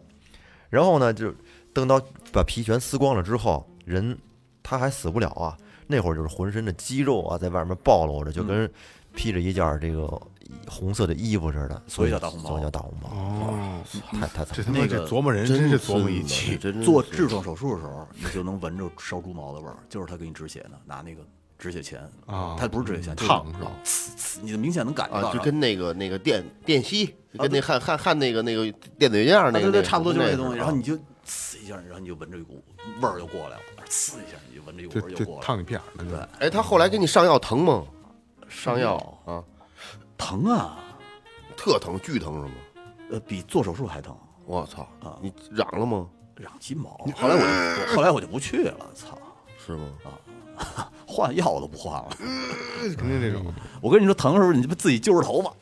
[SPEAKER 1] 然后呢，就等到把皮全撕光了之后，人他还死不了啊。那会儿就是浑身的肌肉啊，在外面暴露着，
[SPEAKER 4] 嗯
[SPEAKER 1] 就跟披着一件这个红色的衣服似的，所以
[SPEAKER 4] 所以叫大红袍
[SPEAKER 1] 所以叫大红袍。
[SPEAKER 3] 哦，
[SPEAKER 1] 太太惨
[SPEAKER 3] 这
[SPEAKER 1] 了，
[SPEAKER 3] 他妈
[SPEAKER 4] 那
[SPEAKER 3] 这
[SPEAKER 4] 个
[SPEAKER 3] 琢磨人真是琢磨一气。
[SPEAKER 2] 嗯真是
[SPEAKER 4] 做痔疮手术的时候，你就能闻着烧猪毛的味儿，就是他给你止血呢，拿那个止血钳
[SPEAKER 3] 啊
[SPEAKER 4] 他不是止血钳，就是
[SPEAKER 3] 烫是吧
[SPEAKER 4] 呲呲你就明显能感觉到。
[SPEAKER 2] 啊，就跟那个那个电电吸，跟那焊焊焊那个那个电子元件儿
[SPEAKER 4] 啊
[SPEAKER 2] 那
[SPEAKER 4] 对
[SPEAKER 2] 个，
[SPEAKER 4] 对，差不多就是这东西。
[SPEAKER 2] 那个啊
[SPEAKER 4] 然后你就呲一下，然后你就闻着一股味儿就过来了，呲一下你就闻着一股
[SPEAKER 3] 就
[SPEAKER 4] 味儿就
[SPEAKER 3] 就
[SPEAKER 4] 过来
[SPEAKER 3] 烫
[SPEAKER 4] 了。
[SPEAKER 3] 你屁眼儿呢，
[SPEAKER 2] 哎，他后来给你上药疼吗？上药啊，
[SPEAKER 4] 嗯疼啊，
[SPEAKER 2] 特疼，巨疼是吗？
[SPEAKER 4] 呃，比做手术还疼，
[SPEAKER 2] 我操！你嚷了吗？
[SPEAKER 4] 长鸡哎毛。后来我就后来我就不去了，操。
[SPEAKER 2] 是吗？
[SPEAKER 4] 换药我都不换了。
[SPEAKER 3] 这哎肯定这种，
[SPEAKER 4] 我跟你说，疼的时候你他妈自己揪着头发，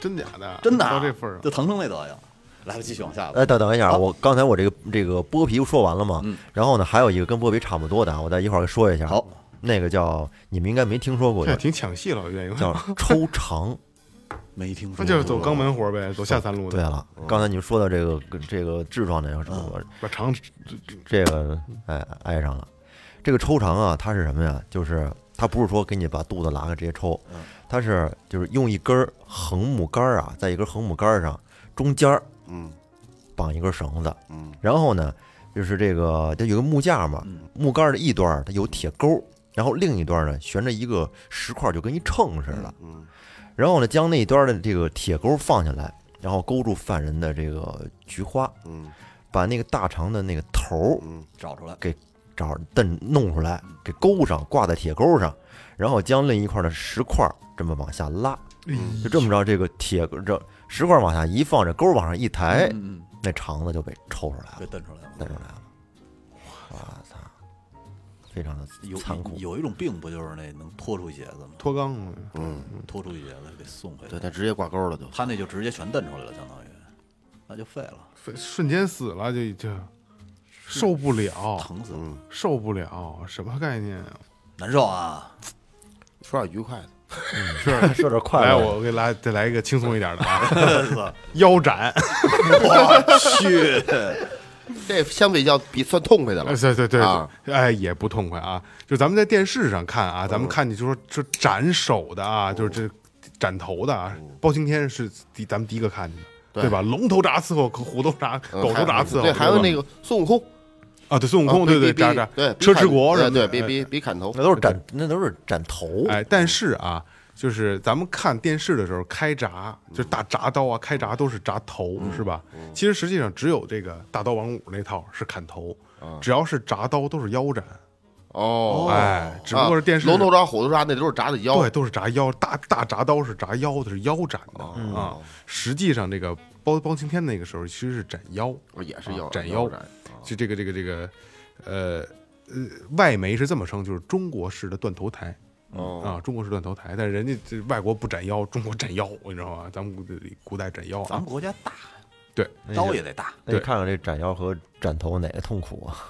[SPEAKER 3] 真假的，
[SPEAKER 4] 真的啊、
[SPEAKER 3] 到这份儿
[SPEAKER 4] 就
[SPEAKER 3] 上，
[SPEAKER 4] 疼成那德行。来吧，继续往下吧。
[SPEAKER 1] 哎，等等一下，我刚才我这个这个剥皮说完了嘛，
[SPEAKER 4] 嗯
[SPEAKER 1] 然后呢，还有一个跟剥皮差不多的啊，我再一会儿说一下。
[SPEAKER 4] 哎好，
[SPEAKER 1] 那个叫你们应该没听说过，
[SPEAKER 3] 这
[SPEAKER 1] 叫
[SPEAKER 3] 哎挺抢戏了，我愿意。
[SPEAKER 1] 叫抽肠。
[SPEAKER 4] 没听说过，
[SPEAKER 3] 那就是走肛门活儿呗，走下三路
[SPEAKER 1] 对
[SPEAKER 3] 的，
[SPEAKER 1] 了，刚才你们说到这个跟这个痔疮这个，我
[SPEAKER 3] 把肠
[SPEAKER 1] 这个哎爱上了。这个抽肠啊，它是什么呀？就是它不是说给你把肚子拉开直接抽，
[SPEAKER 2] 嗯
[SPEAKER 1] 它是就是用一根儿横木杆儿啊，在一根横木杆儿上中间儿
[SPEAKER 2] 嗯
[SPEAKER 1] 绑一根绳子，
[SPEAKER 2] 嗯
[SPEAKER 1] 然后呢，就是这个它有个木架嘛，木杆儿的一端儿它有铁钩，然后另一端儿呢悬着一个石块儿，就跟一秤似的。
[SPEAKER 2] 嗯
[SPEAKER 1] 然后呢，将那一端儿的这个铁钩放下来，然后勾住犯人的这个菊花，
[SPEAKER 2] 嗯
[SPEAKER 1] 把那个大肠的那个头儿
[SPEAKER 2] 嗯
[SPEAKER 4] 找出来，
[SPEAKER 1] 找蹬弄出来，给勾上，挂在铁钩上，然后将另一块儿的石块儿这么往下拉，
[SPEAKER 3] 嗯
[SPEAKER 1] 就这么着，这个铁这石块儿往下一放，这钩儿往上一抬，
[SPEAKER 4] 嗯，嗯
[SPEAKER 1] 那肠子就被抽出来了
[SPEAKER 4] 给。蹬出来了。
[SPEAKER 1] 带出来了。我操，非常的
[SPEAKER 4] 有
[SPEAKER 1] 残酷。
[SPEAKER 4] 有一种病不就是那能拖出一截子吗？
[SPEAKER 3] 脱肛了，
[SPEAKER 2] 嗯，
[SPEAKER 4] 拖出一截子给送回
[SPEAKER 2] 对
[SPEAKER 4] 去，
[SPEAKER 2] 他直接挂钩了就，
[SPEAKER 4] 他那就直接全蹬出来了，相当于那就废了，
[SPEAKER 3] 非瞬间死了就就受不了，
[SPEAKER 4] 疼死了，
[SPEAKER 2] 嗯，
[SPEAKER 3] 受不了，什么概念啊？
[SPEAKER 4] 难受啊！
[SPEAKER 2] 说点愉 快的，
[SPEAKER 3] 是。
[SPEAKER 1] 说点快
[SPEAKER 3] 来，
[SPEAKER 1] 乐，
[SPEAKER 3] 我给来再来一个轻松一点的啊，
[SPEAKER 4] 我
[SPEAKER 3] 腰斩，
[SPEAKER 4] 去，
[SPEAKER 2] 这相比较比算痛快的了
[SPEAKER 3] 哎，对对对
[SPEAKER 2] 啊，
[SPEAKER 3] 哎，也不痛快啊。就咱们在电视上看啊，咱们看你就说就斩首的啊，就是这斩头的啊，包青天是第咱们第一个看见的，
[SPEAKER 2] 对
[SPEAKER 3] 对吧？龙头铡伺候虎头铡，
[SPEAKER 2] 嗯
[SPEAKER 3] 狗头铡伺候，
[SPEAKER 2] 对，还有那
[SPEAKER 3] 个
[SPEAKER 2] 个孙悟空，
[SPEAKER 3] 啊，对孙悟
[SPEAKER 2] 啊
[SPEAKER 3] 空，
[SPEAKER 2] 比
[SPEAKER 3] 对对
[SPEAKER 2] 比
[SPEAKER 3] 铡铡，
[SPEAKER 2] 对，比
[SPEAKER 3] 车
[SPEAKER 2] 砍
[SPEAKER 3] 迟国是
[SPEAKER 2] 对
[SPEAKER 3] 吧？
[SPEAKER 2] 对，
[SPEAKER 3] 哎
[SPEAKER 2] 比比比砍头，
[SPEAKER 1] 那都是斩，那都是斩头。
[SPEAKER 2] 哦
[SPEAKER 3] 哎，但是啊，就是咱们看电视的时候，开闸就是大铡刀啊，开闸都是铡头，
[SPEAKER 2] 嗯
[SPEAKER 3] 是吧？其实实际上只有这个大刀王五那套是砍头，只要是铡刀都是腰斩，
[SPEAKER 2] 嗯哦，
[SPEAKER 3] 哎，只不过是电视
[SPEAKER 2] 龙头铡、虎头铡那都是铡的腰，
[SPEAKER 3] 对，都是铡腰，大大铡刀是铡腰的，是腰斩的
[SPEAKER 2] 嗯
[SPEAKER 3] 啊。
[SPEAKER 2] 哦
[SPEAKER 3] 实际上这个包包青天那个时候其实是斩腰，
[SPEAKER 2] 哦也是
[SPEAKER 3] 啊
[SPEAKER 2] 腰
[SPEAKER 3] 斩
[SPEAKER 2] 腰
[SPEAKER 3] 腰
[SPEAKER 2] 斩，
[SPEAKER 3] 就这个这个这个，呃呃，外媒是这么称，就是中国式的断头台。
[SPEAKER 2] 哦，
[SPEAKER 3] 啊，中国是断头台，但是人家这外国不斩腰，中国斩腰，你知道吗？咱们古古代斩腰
[SPEAKER 4] 咱
[SPEAKER 3] 啊
[SPEAKER 4] 们，国家大，
[SPEAKER 3] 对，
[SPEAKER 4] 刀也得大，
[SPEAKER 1] 那你
[SPEAKER 3] 对
[SPEAKER 1] 看看这斩腰和斩头哪个痛苦啊？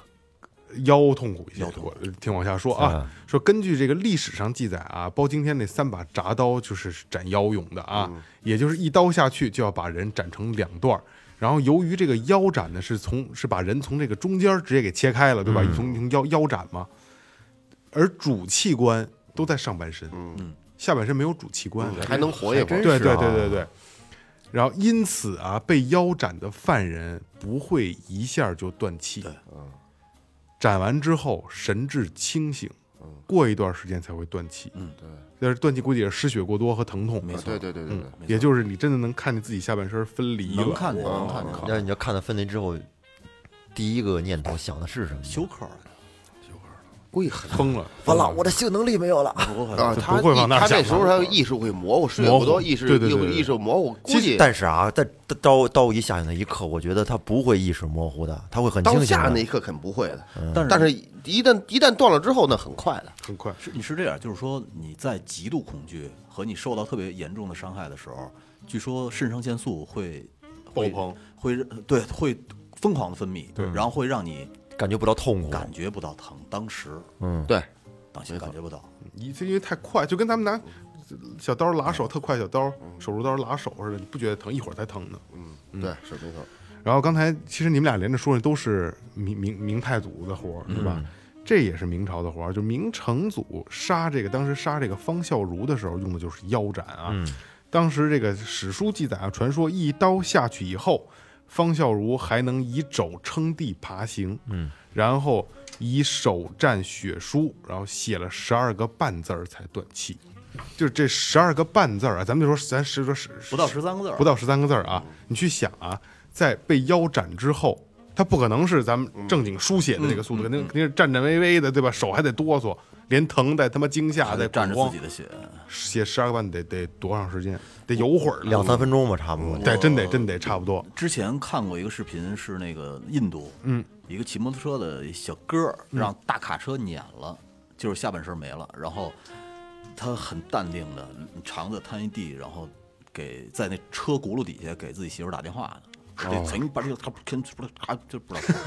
[SPEAKER 3] 腰痛苦一些
[SPEAKER 4] 腰。痛
[SPEAKER 3] 我听往下说
[SPEAKER 1] 嗯
[SPEAKER 3] 啊，说根据这个历史上记载啊，包青天那三把铡刀就是斩腰用的啊，也就是一刀下去就要把人斩成两段儿。然后由于这个腰斩呢，是从是把人从这个中间儿直接给切开了，对吧？从从腰腰斩嘛，而主器官都在上半身，嗯，下半身没有主器官，
[SPEAKER 2] 嗯还能活一会儿，
[SPEAKER 1] 真
[SPEAKER 3] 对
[SPEAKER 1] 是
[SPEAKER 3] 对
[SPEAKER 1] 啊
[SPEAKER 3] 对对对。然后因此啊，被腰斩的犯人不会一下就断气，斩完之后神志清醒，过一段时间才会断气。嗯，
[SPEAKER 2] 对，
[SPEAKER 3] 但是断气估计也是失血过多和疼痛。
[SPEAKER 4] 没错
[SPEAKER 2] 对对对对对，
[SPEAKER 4] 没错
[SPEAKER 3] 也就是你真的能看见自己下半身分离了，
[SPEAKER 4] 能看见，
[SPEAKER 2] 哇
[SPEAKER 4] 能看见，
[SPEAKER 1] 那你要看到分离之后，第一个念头想的是什么？
[SPEAKER 4] 袖扣儿
[SPEAKER 2] 贵很。
[SPEAKER 3] 疯了，
[SPEAKER 1] 完
[SPEAKER 3] 疯
[SPEAKER 1] 了，我的性能力没有了。
[SPEAKER 4] 不会
[SPEAKER 2] 啊，
[SPEAKER 3] 就
[SPEAKER 2] 他
[SPEAKER 3] 不会往那儿
[SPEAKER 2] 他
[SPEAKER 3] 想
[SPEAKER 2] 那
[SPEAKER 3] 啊
[SPEAKER 2] 时候他意识会模糊，是
[SPEAKER 3] 模
[SPEAKER 2] 有
[SPEAKER 3] 糊
[SPEAKER 2] 不多意识，
[SPEAKER 3] 对对对
[SPEAKER 2] 意识
[SPEAKER 3] 对
[SPEAKER 2] 意识模糊，估
[SPEAKER 1] 其
[SPEAKER 2] 计
[SPEAKER 1] 实但是啊，在刀刀一下去那一刻，我觉得他不会意识模糊的，他会很
[SPEAKER 2] 当
[SPEAKER 1] 清醒
[SPEAKER 2] 下那
[SPEAKER 1] 的。
[SPEAKER 2] 一刻肯不会的，
[SPEAKER 3] 嗯
[SPEAKER 4] 嗯但是
[SPEAKER 2] 但是一旦一旦断了之后，那很快的，
[SPEAKER 3] 很快。
[SPEAKER 4] 是你是这样，就是说你在极度恐惧和你受到特别严重的伤害的时候，据说肾上腺素会
[SPEAKER 3] 爆棚，
[SPEAKER 4] 会会对会疯狂的分泌，然后会让你
[SPEAKER 1] 感觉不到痛苦，
[SPEAKER 4] 感觉不到疼，当时
[SPEAKER 3] 嗯
[SPEAKER 2] 对，
[SPEAKER 4] 当时感觉不到，
[SPEAKER 3] 你这因为太快，就跟咱们拿小刀拉手特快，小刀手术刀拉手似的，你不觉得疼，一会儿才疼呢。
[SPEAKER 2] 对，是没错，
[SPEAKER 3] 然后刚才其实你们俩连着说的都是明明明太祖的活儿，对吧？这也是明朝的活儿，就明成祖杀这个当时杀这个方孝孺的时候用的就是腰斩啊。当时这个史书记载啊，传说一刀下去以后，方孝孺还能以肘撑地爬行，嗯，然后以手蘸血书，然后写了十二个半字儿才断气。就是这十二个半字儿啊，咱们就说咱实说实
[SPEAKER 4] 不到十三个字儿，
[SPEAKER 3] 不到十三个字儿啊，
[SPEAKER 4] 嗯
[SPEAKER 3] 你去想啊，在被腰斩之后，他不可能是咱们
[SPEAKER 4] 嗯
[SPEAKER 3] 正经书写的这个速度，肯定肯定是颤颤巍巍的，对吧？手还得哆嗦，连疼带他妈惊吓
[SPEAKER 4] 还
[SPEAKER 3] 带
[SPEAKER 4] 得蘸
[SPEAKER 3] 恐
[SPEAKER 4] 着自
[SPEAKER 3] 慌
[SPEAKER 4] 己，的血，
[SPEAKER 3] 写十二个半得得多长时间？得有会儿呢
[SPEAKER 1] 两三分钟吧，差不多。
[SPEAKER 3] 对，
[SPEAKER 4] 哦
[SPEAKER 3] 真得真得差不多。
[SPEAKER 4] 之前看过一个视频，是那个印度，嗯，一个骑摩托车的小哥儿让大卡车碾了，就是下半身没了，然后他很淡定的肠子摊一地，然后给在那车轱辘底下给自己媳妇儿打电话呢，这曾经把这个他不不是他就不知道，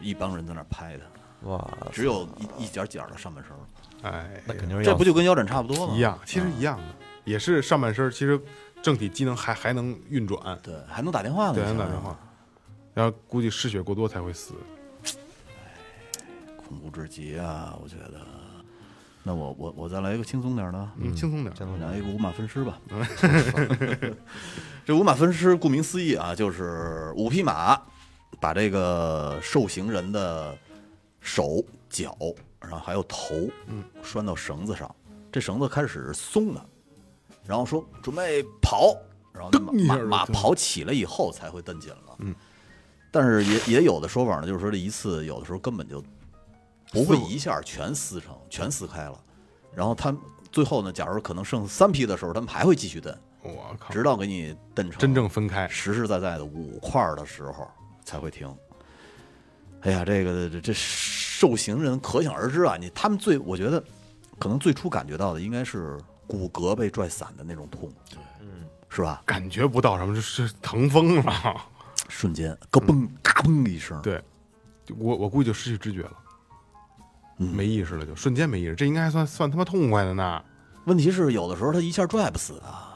[SPEAKER 4] 一帮人在那儿拍他，
[SPEAKER 1] 哇，
[SPEAKER 4] 只有一一点点儿的上半身了，
[SPEAKER 3] 哎，
[SPEAKER 1] 那肯定是
[SPEAKER 4] 这
[SPEAKER 1] 要
[SPEAKER 4] 不就跟腰斩差不多吗？
[SPEAKER 3] 一样，其实一样的，也是上半身，其实正体机能还还能运转，
[SPEAKER 4] 对，还能打电话呢，
[SPEAKER 1] 啊
[SPEAKER 3] 对，
[SPEAKER 4] 你
[SPEAKER 3] 能
[SPEAKER 4] 想
[SPEAKER 3] 打
[SPEAKER 4] 想
[SPEAKER 3] 电话，然后估计失血过多才会死。
[SPEAKER 4] 恐怖至极啊！我觉得，那我我我再来一个轻松点儿的，
[SPEAKER 3] 嗯，轻松点儿。
[SPEAKER 4] 我来一个五马分尸吧。这五马分尸，顾名思义啊，就是五匹马把这个受刑人的手、脚，然后还有头，嗯，拴到绳子上。这绳子开始松了，然后说准备跑，然后那
[SPEAKER 3] 噔一下
[SPEAKER 4] 马
[SPEAKER 3] 就
[SPEAKER 4] 马马
[SPEAKER 3] 停了
[SPEAKER 4] 跑起来以后才会蹬紧了。嗯，但是也也有的说法呢，就是说这一次有的时候根本就不会一下全撕成、全撕开了。然后他们最后呢，假如可能剩三批的时候，他们还会继续蹬，
[SPEAKER 3] 我靠，
[SPEAKER 4] 直到给你蹬成
[SPEAKER 3] 真正分开，
[SPEAKER 4] 实实在在的五块儿的时候才会停。哎呀，这个这这受刑人可想而知啊，你他们最我觉得可能最初感觉到的应该是骨骼被拽散的那种痛，对，嗯，是吧？
[SPEAKER 3] 感觉不到什么，这是疼疯了。
[SPEAKER 4] 瞬间咯嘣嘎嘣一声，
[SPEAKER 3] 对，我我估计就失去知觉了，没意识了就，瞬间没意识。这应该还算算他妈痛快的呢。
[SPEAKER 4] 问题是，有的时候他一下拽不死啊。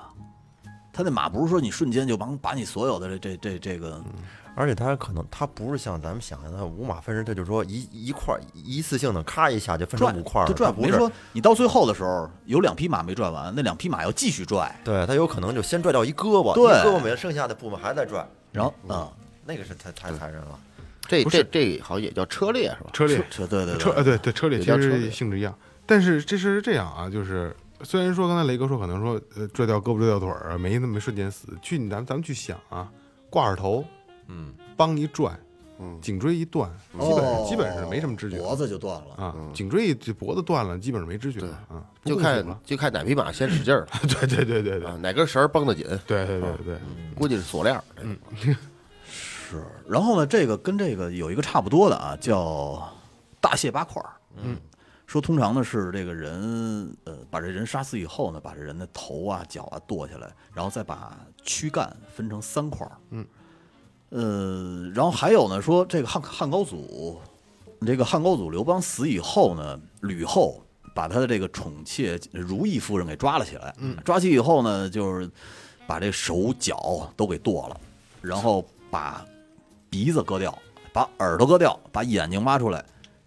[SPEAKER 4] 他那马不是说你瞬间就把把你所有的这这这这个，
[SPEAKER 1] 而且他可能他不是像咱们想象的五马分尸，他就说一一块儿一次性的咔一下就分
[SPEAKER 4] 拽
[SPEAKER 1] 成五块儿了，
[SPEAKER 4] 就拽
[SPEAKER 1] 他
[SPEAKER 4] 不
[SPEAKER 1] 不
[SPEAKER 4] 没
[SPEAKER 1] 是
[SPEAKER 4] 说你到最后的时候有两匹马没拽完，那两匹马要继续拽，
[SPEAKER 1] 对他有可能就先拽掉一胳膊，
[SPEAKER 4] 对
[SPEAKER 1] 一胳膊没了，剩下的部分还在拽，
[SPEAKER 4] 然后嗯，
[SPEAKER 1] 那个是太太残忍了。
[SPEAKER 2] 这
[SPEAKER 3] 不是
[SPEAKER 2] 这这好像也叫车裂是吧？
[SPEAKER 3] 车裂，
[SPEAKER 4] 这对对
[SPEAKER 3] 车
[SPEAKER 4] 对
[SPEAKER 3] 呃，对对，车裂
[SPEAKER 2] 也
[SPEAKER 3] 其
[SPEAKER 2] 叫车
[SPEAKER 3] 实
[SPEAKER 2] 裂
[SPEAKER 3] 性质一样，但是这事是这样啊，就是虽然说刚才雷哥说可能说呃拽掉胳膊拽掉腿儿啊，没那么瞬间死，去你咱们咱们去想啊，挂耳头，
[SPEAKER 1] 嗯，
[SPEAKER 3] 帮一拽，
[SPEAKER 2] 嗯
[SPEAKER 3] 颈椎一断，基本上
[SPEAKER 4] 哦，
[SPEAKER 3] 基本上是没什么知觉的
[SPEAKER 4] 脖子就断了。
[SPEAKER 3] 啊，颈椎这脖子断了，基本上没知觉
[SPEAKER 2] 对
[SPEAKER 3] 了啊，不
[SPEAKER 2] 就
[SPEAKER 3] 够
[SPEAKER 2] 看
[SPEAKER 3] 醒了，
[SPEAKER 2] 就看哪匹马先使劲儿了
[SPEAKER 3] 对对对对对
[SPEAKER 2] 啊，哪根绳儿绷得紧，
[SPEAKER 3] 对对对对，
[SPEAKER 2] 估计是锁链儿。
[SPEAKER 4] 是，然后呢，这个跟这个有一个差不多的啊，叫大卸八块嗯，说通常呢是这个人呃把这人杀死以后呢，把这人的头啊脚啊剁下来，然后再把躯干分成三块嗯，呃，然后还有呢说这个汉汉高祖，这个汉高祖刘邦死以后呢，吕后。把他的这个宠妾如意夫人给抓了起来，嗯，抓起以后呢，就是把这手脚都给剁了，然后把鼻子割掉，把耳朵割掉，把眼睛挖出来，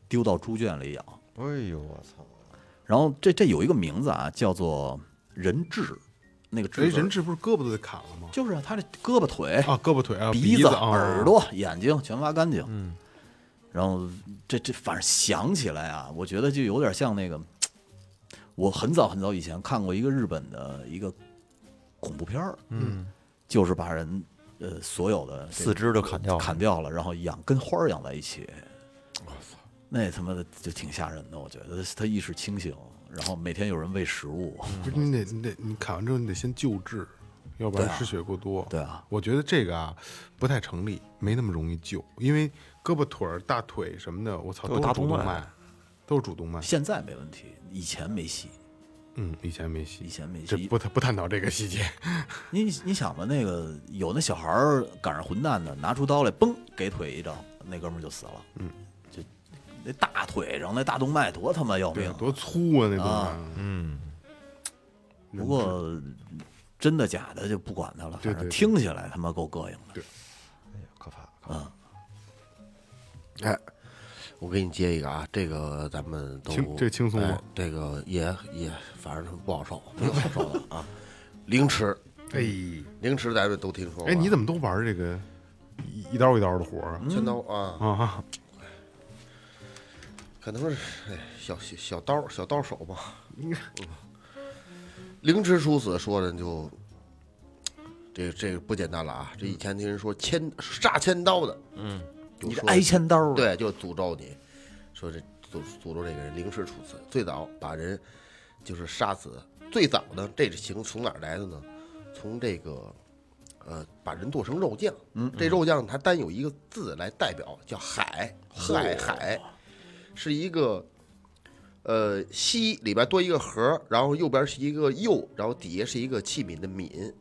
[SPEAKER 4] 丢到猪圈里养。
[SPEAKER 1] 哎呦我操！
[SPEAKER 4] 然后这这有一个名字啊，叫做人质，那个
[SPEAKER 3] 哎，
[SPEAKER 4] 质字
[SPEAKER 3] 人质不是胳膊都得砍了吗？
[SPEAKER 4] 就是啊他这胳膊腿、
[SPEAKER 3] 啊，胳膊腿啊，
[SPEAKER 4] 鼻
[SPEAKER 3] 子、啊
[SPEAKER 4] 耳，朵、眼睛全挖干净。嗯，然后这这反正想起来啊，我觉得就有点像那个，我很早很早以前看过一个日本的一个恐怖片儿，嗯，就是把人呃所有的这个
[SPEAKER 1] 四肢都砍掉了
[SPEAKER 4] 砍掉了，然后养跟花儿养在一起。那他妈的就挺吓人的，我觉得他意识清醒，然后每天有人喂食物，
[SPEAKER 3] 不是你得你得你砍完之后你得先救治，要不然失血过多。
[SPEAKER 4] 对啊，
[SPEAKER 3] 我觉得这个啊不太成立，没那么容易救，因为胳膊腿儿、大腿什么的，我操，
[SPEAKER 1] 都有
[SPEAKER 3] 都是
[SPEAKER 1] 大
[SPEAKER 3] 主动
[SPEAKER 1] 动脉
[SPEAKER 3] 脉，都是主动脉。
[SPEAKER 4] 现在没问题，以前没戏，
[SPEAKER 3] 嗯，以前没戏，
[SPEAKER 4] 以前没
[SPEAKER 3] 这
[SPEAKER 4] 戏
[SPEAKER 3] 不探不探讨这个细节。
[SPEAKER 4] 你你想吧，那个有那小孩儿赶上混蛋的，拿出刀来，嘣，给腿一刀，那哥们儿就死了。嗯，就那大腿上那大动脉多他妈要
[SPEAKER 3] 对
[SPEAKER 4] 命啊。，
[SPEAKER 3] 多粗啊那动
[SPEAKER 4] 啊
[SPEAKER 3] 脉，
[SPEAKER 4] 不过真的假的就不管他了，
[SPEAKER 3] 对
[SPEAKER 4] 反
[SPEAKER 3] 对对
[SPEAKER 4] 正听起来他妈够膈应的。
[SPEAKER 1] 可怕，
[SPEAKER 2] 哎，我给你接一个啊，这个咱们都
[SPEAKER 3] 轻这轻松吗
[SPEAKER 2] 哎这个也也反正不好受，不好受的啊。凌迟，
[SPEAKER 3] 哎
[SPEAKER 2] 凌迟咱们都听说过。
[SPEAKER 3] 哎，你
[SPEAKER 2] 么
[SPEAKER 3] 怎么都玩这个一一刀一刀的活儿啊？
[SPEAKER 2] 全都啊？
[SPEAKER 3] 啊，
[SPEAKER 2] 可能是哎小小小刀小刀手吧。嗯凌迟处死说的就。这个这个不简单了啊！这以前听人说千杀千刀的，嗯，
[SPEAKER 4] 你这挨千刀儿，
[SPEAKER 2] 对，就诅咒你，说这诅诅咒这个人凌迟处死。最早把人就是杀死，最早呢，这个刑从哪儿来的呢？从这个呃，把人剁成肉酱。嗯，这肉酱它单有一个字来代表，叫海，海海，是一个。呃，西里边多一个盒，然后右边是一个右，然后底下是一个器皿的皿。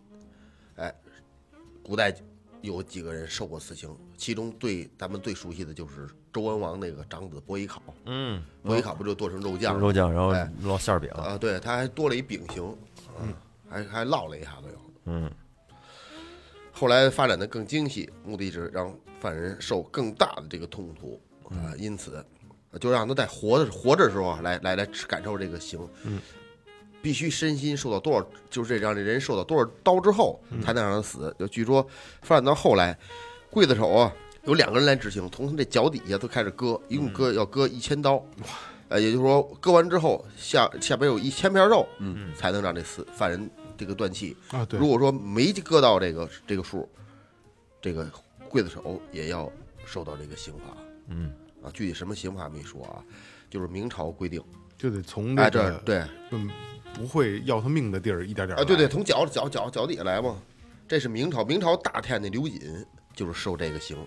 [SPEAKER 2] 哎，古代有几个人受过死刑，其中最咱们最熟悉的就是周文王那个长子伯邑考。
[SPEAKER 1] 嗯，
[SPEAKER 2] 伯邑考不就剁成肉
[SPEAKER 3] 嗯
[SPEAKER 2] 酱
[SPEAKER 1] 肉酱，然后
[SPEAKER 2] 哎
[SPEAKER 1] 烙馅儿饼，
[SPEAKER 2] 啊？对，他还多了一饼刑，
[SPEAKER 5] 啊
[SPEAKER 2] 嗯，还还烙了一下子又。
[SPEAKER 1] 嗯，
[SPEAKER 2] 后来发展的更精细，目的是让犯人受更大的这个痛苦啊、因此
[SPEAKER 5] 就让他在活的活着的时候啊，来来来感受这个刑，嗯，必须身心受到多少，就是这让这人受到多少刀之后，才能让他死。就据说发展到后来，刽子手啊有两个人来执行，从他这脚底下都开始割，一共割要割一千刀，呃，也就是说割完之后下下边有一千片肉，嗯，才能让这死犯人这个断气。
[SPEAKER 3] 啊，对
[SPEAKER 5] 如，果说没割到这个这个数，这个刽子手也要受到这个刑罚。
[SPEAKER 1] 嗯
[SPEAKER 5] 啊，具体什么刑法没说啊，就是明朝规定。
[SPEAKER 3] 就得从
[SPEAKER 5] 哎，
[SPEAKER 3] 那
[SPEAKER 5] 这
[SPEAKER 3] 个
[SPEAKER 5] 对，
[SPEAKER 3] 嗯不会要他命的地儿一点点儿
[SPEAKER 5] 啊，对
[SPEAKER 3] 来
[SPEAKER 5] 对，从脚脚脚脚底下来嘛。这是明朝，明朝大太监刘瑾就是受这个刑，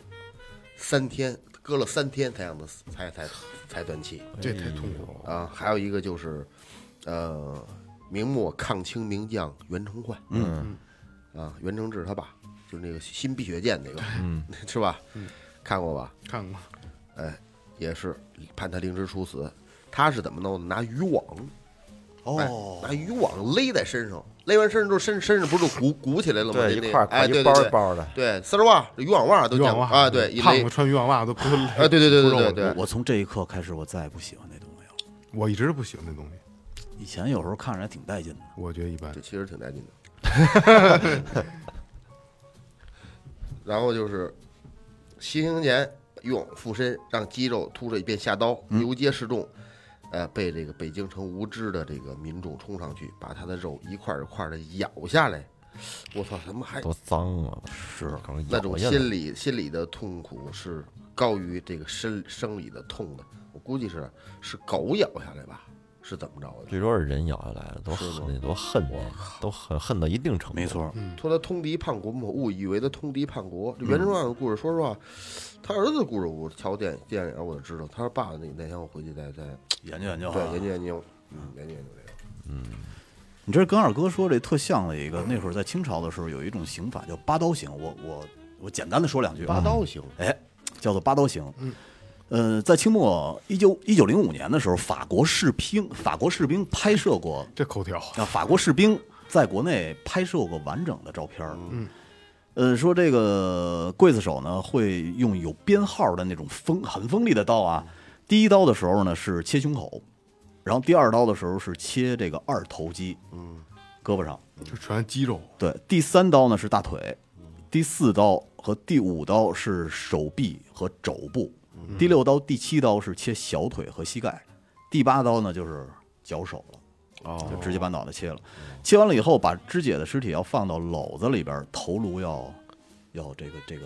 [SPEAKER 5] 三天割了三天才让他死才才才断气
[SPEAKER 3] 这太痛苦了。
[SPEAKER 5] 啊。还有一个就是，呃，明末抗清名将袁崇焕，
[SPEAKER 1] 嗯
[SPEAKER 5] 啊，袁承志他爸就是那个新碧血剑那个，嗯， 是吧？嗯，看过吧？
[SPEAKER 3] 看 过，
[SPEAKER 5] 也是判他凌迟处死。他是怎么弄的？拿渔网，哎
[SPEAKER 4] 哦，
[SPEAKER 5] 拿渔网勒在身上，勒完身上之后，身身上不是鼓鼓起来了吗？
[SPEAKER 1] 对，
[SPEAKER 5] 那
[SPEAKER 1] 一
[SPEAKER 5] 那
[SPEAKER 1] 块
[SPEAKER 5] 哎，
[SPEAKER 1] 儿
[SPEAKER 5] 对
[SPEAKER 1] 一
[SPEAKER 5] 对
[SPEAKER 1] 包一
[SPEAKER 5] 对，
[SPEAKER 1] 包的，
[SPEAKER 5] 对，丝袜、渔网袜都
[SPEAKER 3] 渔
[SPEAKER 5] 这
[SPEAKER 3] 网
[SPEAKER 5] 样
[SPEAKER 3] 袜
[SPEAKER 5] 啊，对，
[SPEAKER 1] 嗯
[SPEAKER 5] 一
[SPEAKER 3] 胖
[SPEAKER 5] 勒
[SPEAKER 3] 子，穿渔网袜 都不啊
[SPEAKER 5] 啊，对对对
[SPEAKER 3] 肉
[SPEAKER 5] 对对
[SPEAKER 3] 了
[SPEAKER 5] 对，
[SPEAKER 4] 我从这一刻开始，我再也不喜欢那东西了。
[SPEAKER 3] 我一直不喜欢那东西，
[SPEAKER 4] 以前有时候看着还挺带劲的。
[SPEAKER 3] 我觉得一般
[SPEAKER 5] 这。其实挺带劲的。 然后就是西行前用附身让肌肉突出，以便下刀，游街示众。呃，被这个北京城无知的这个民众冲上去，把他的肉一块儿一块的咬下来。我操，他妈还
[SPEAKER 1] 多脏啊！是
[SPEAKER 5] 那种
[SPEAKER 1] 心
[SPEAKER 5] 心理心理的痛苦是高于这个生生理的痛的。我估计是是狗咬下来吧，是怎么着的？
[SPEAKER 1] 据说是人咬下来的，都
[SPEAKER 5] 是吗
[SPEAKER 1] 恨，都恨人，都恨恨到一定程度。
[SPEAKER 4] 没，错，
[SPEAKER 5] 说他通敌叛国嘛，误以为他通敌叛国。这袁崇焕的故事，说实话，他儿子的故事我瞧电电影我就知道。他说爸那那天我回去再再
[SPEAKER 4] 研究研啊究。
[SPEAKER 5] 对研究研究，嗯，研究研究这个。
[SPEAKER 4] 你这跟二哥说这特像了一个，那会儿在清朝的时候有一种刑法叫八刀刑，我我我简单的说两句啊，
[SPEAKER 5] 八刀行，
[SPEAKER 4] 哎，叫做八刀刑。嗯，呃，在清末一九一九零五年的时候，法国士兵法国士兵拍摄过
[SPEAKER 3] 这口条，
[SPEAKER 5] 嗯
[SPEAKER 4] 啊，法国士兵在国内拍摄过完整的照片儿。嗯，呃，说这个刽子手呢会用有编号的那种锋很锋利的刀啊，第一刀的时候呢是切胸口，然后第二刀的时候是切这个二头肌，嗯，胳膊上。
[SPEAKER 3] 就全肌肉，
[SPEAKER 4] 对，第三刀呢是大腿，第四刀和第五刀是手臂和肘部，第六刀、第七刀是切小腿和膝盖，第八刀呢就是绞手了。哦，就直接把脑袋切了，切完了以后，把肢解的尸体要放到篓子里边儿，头颅要要这个这个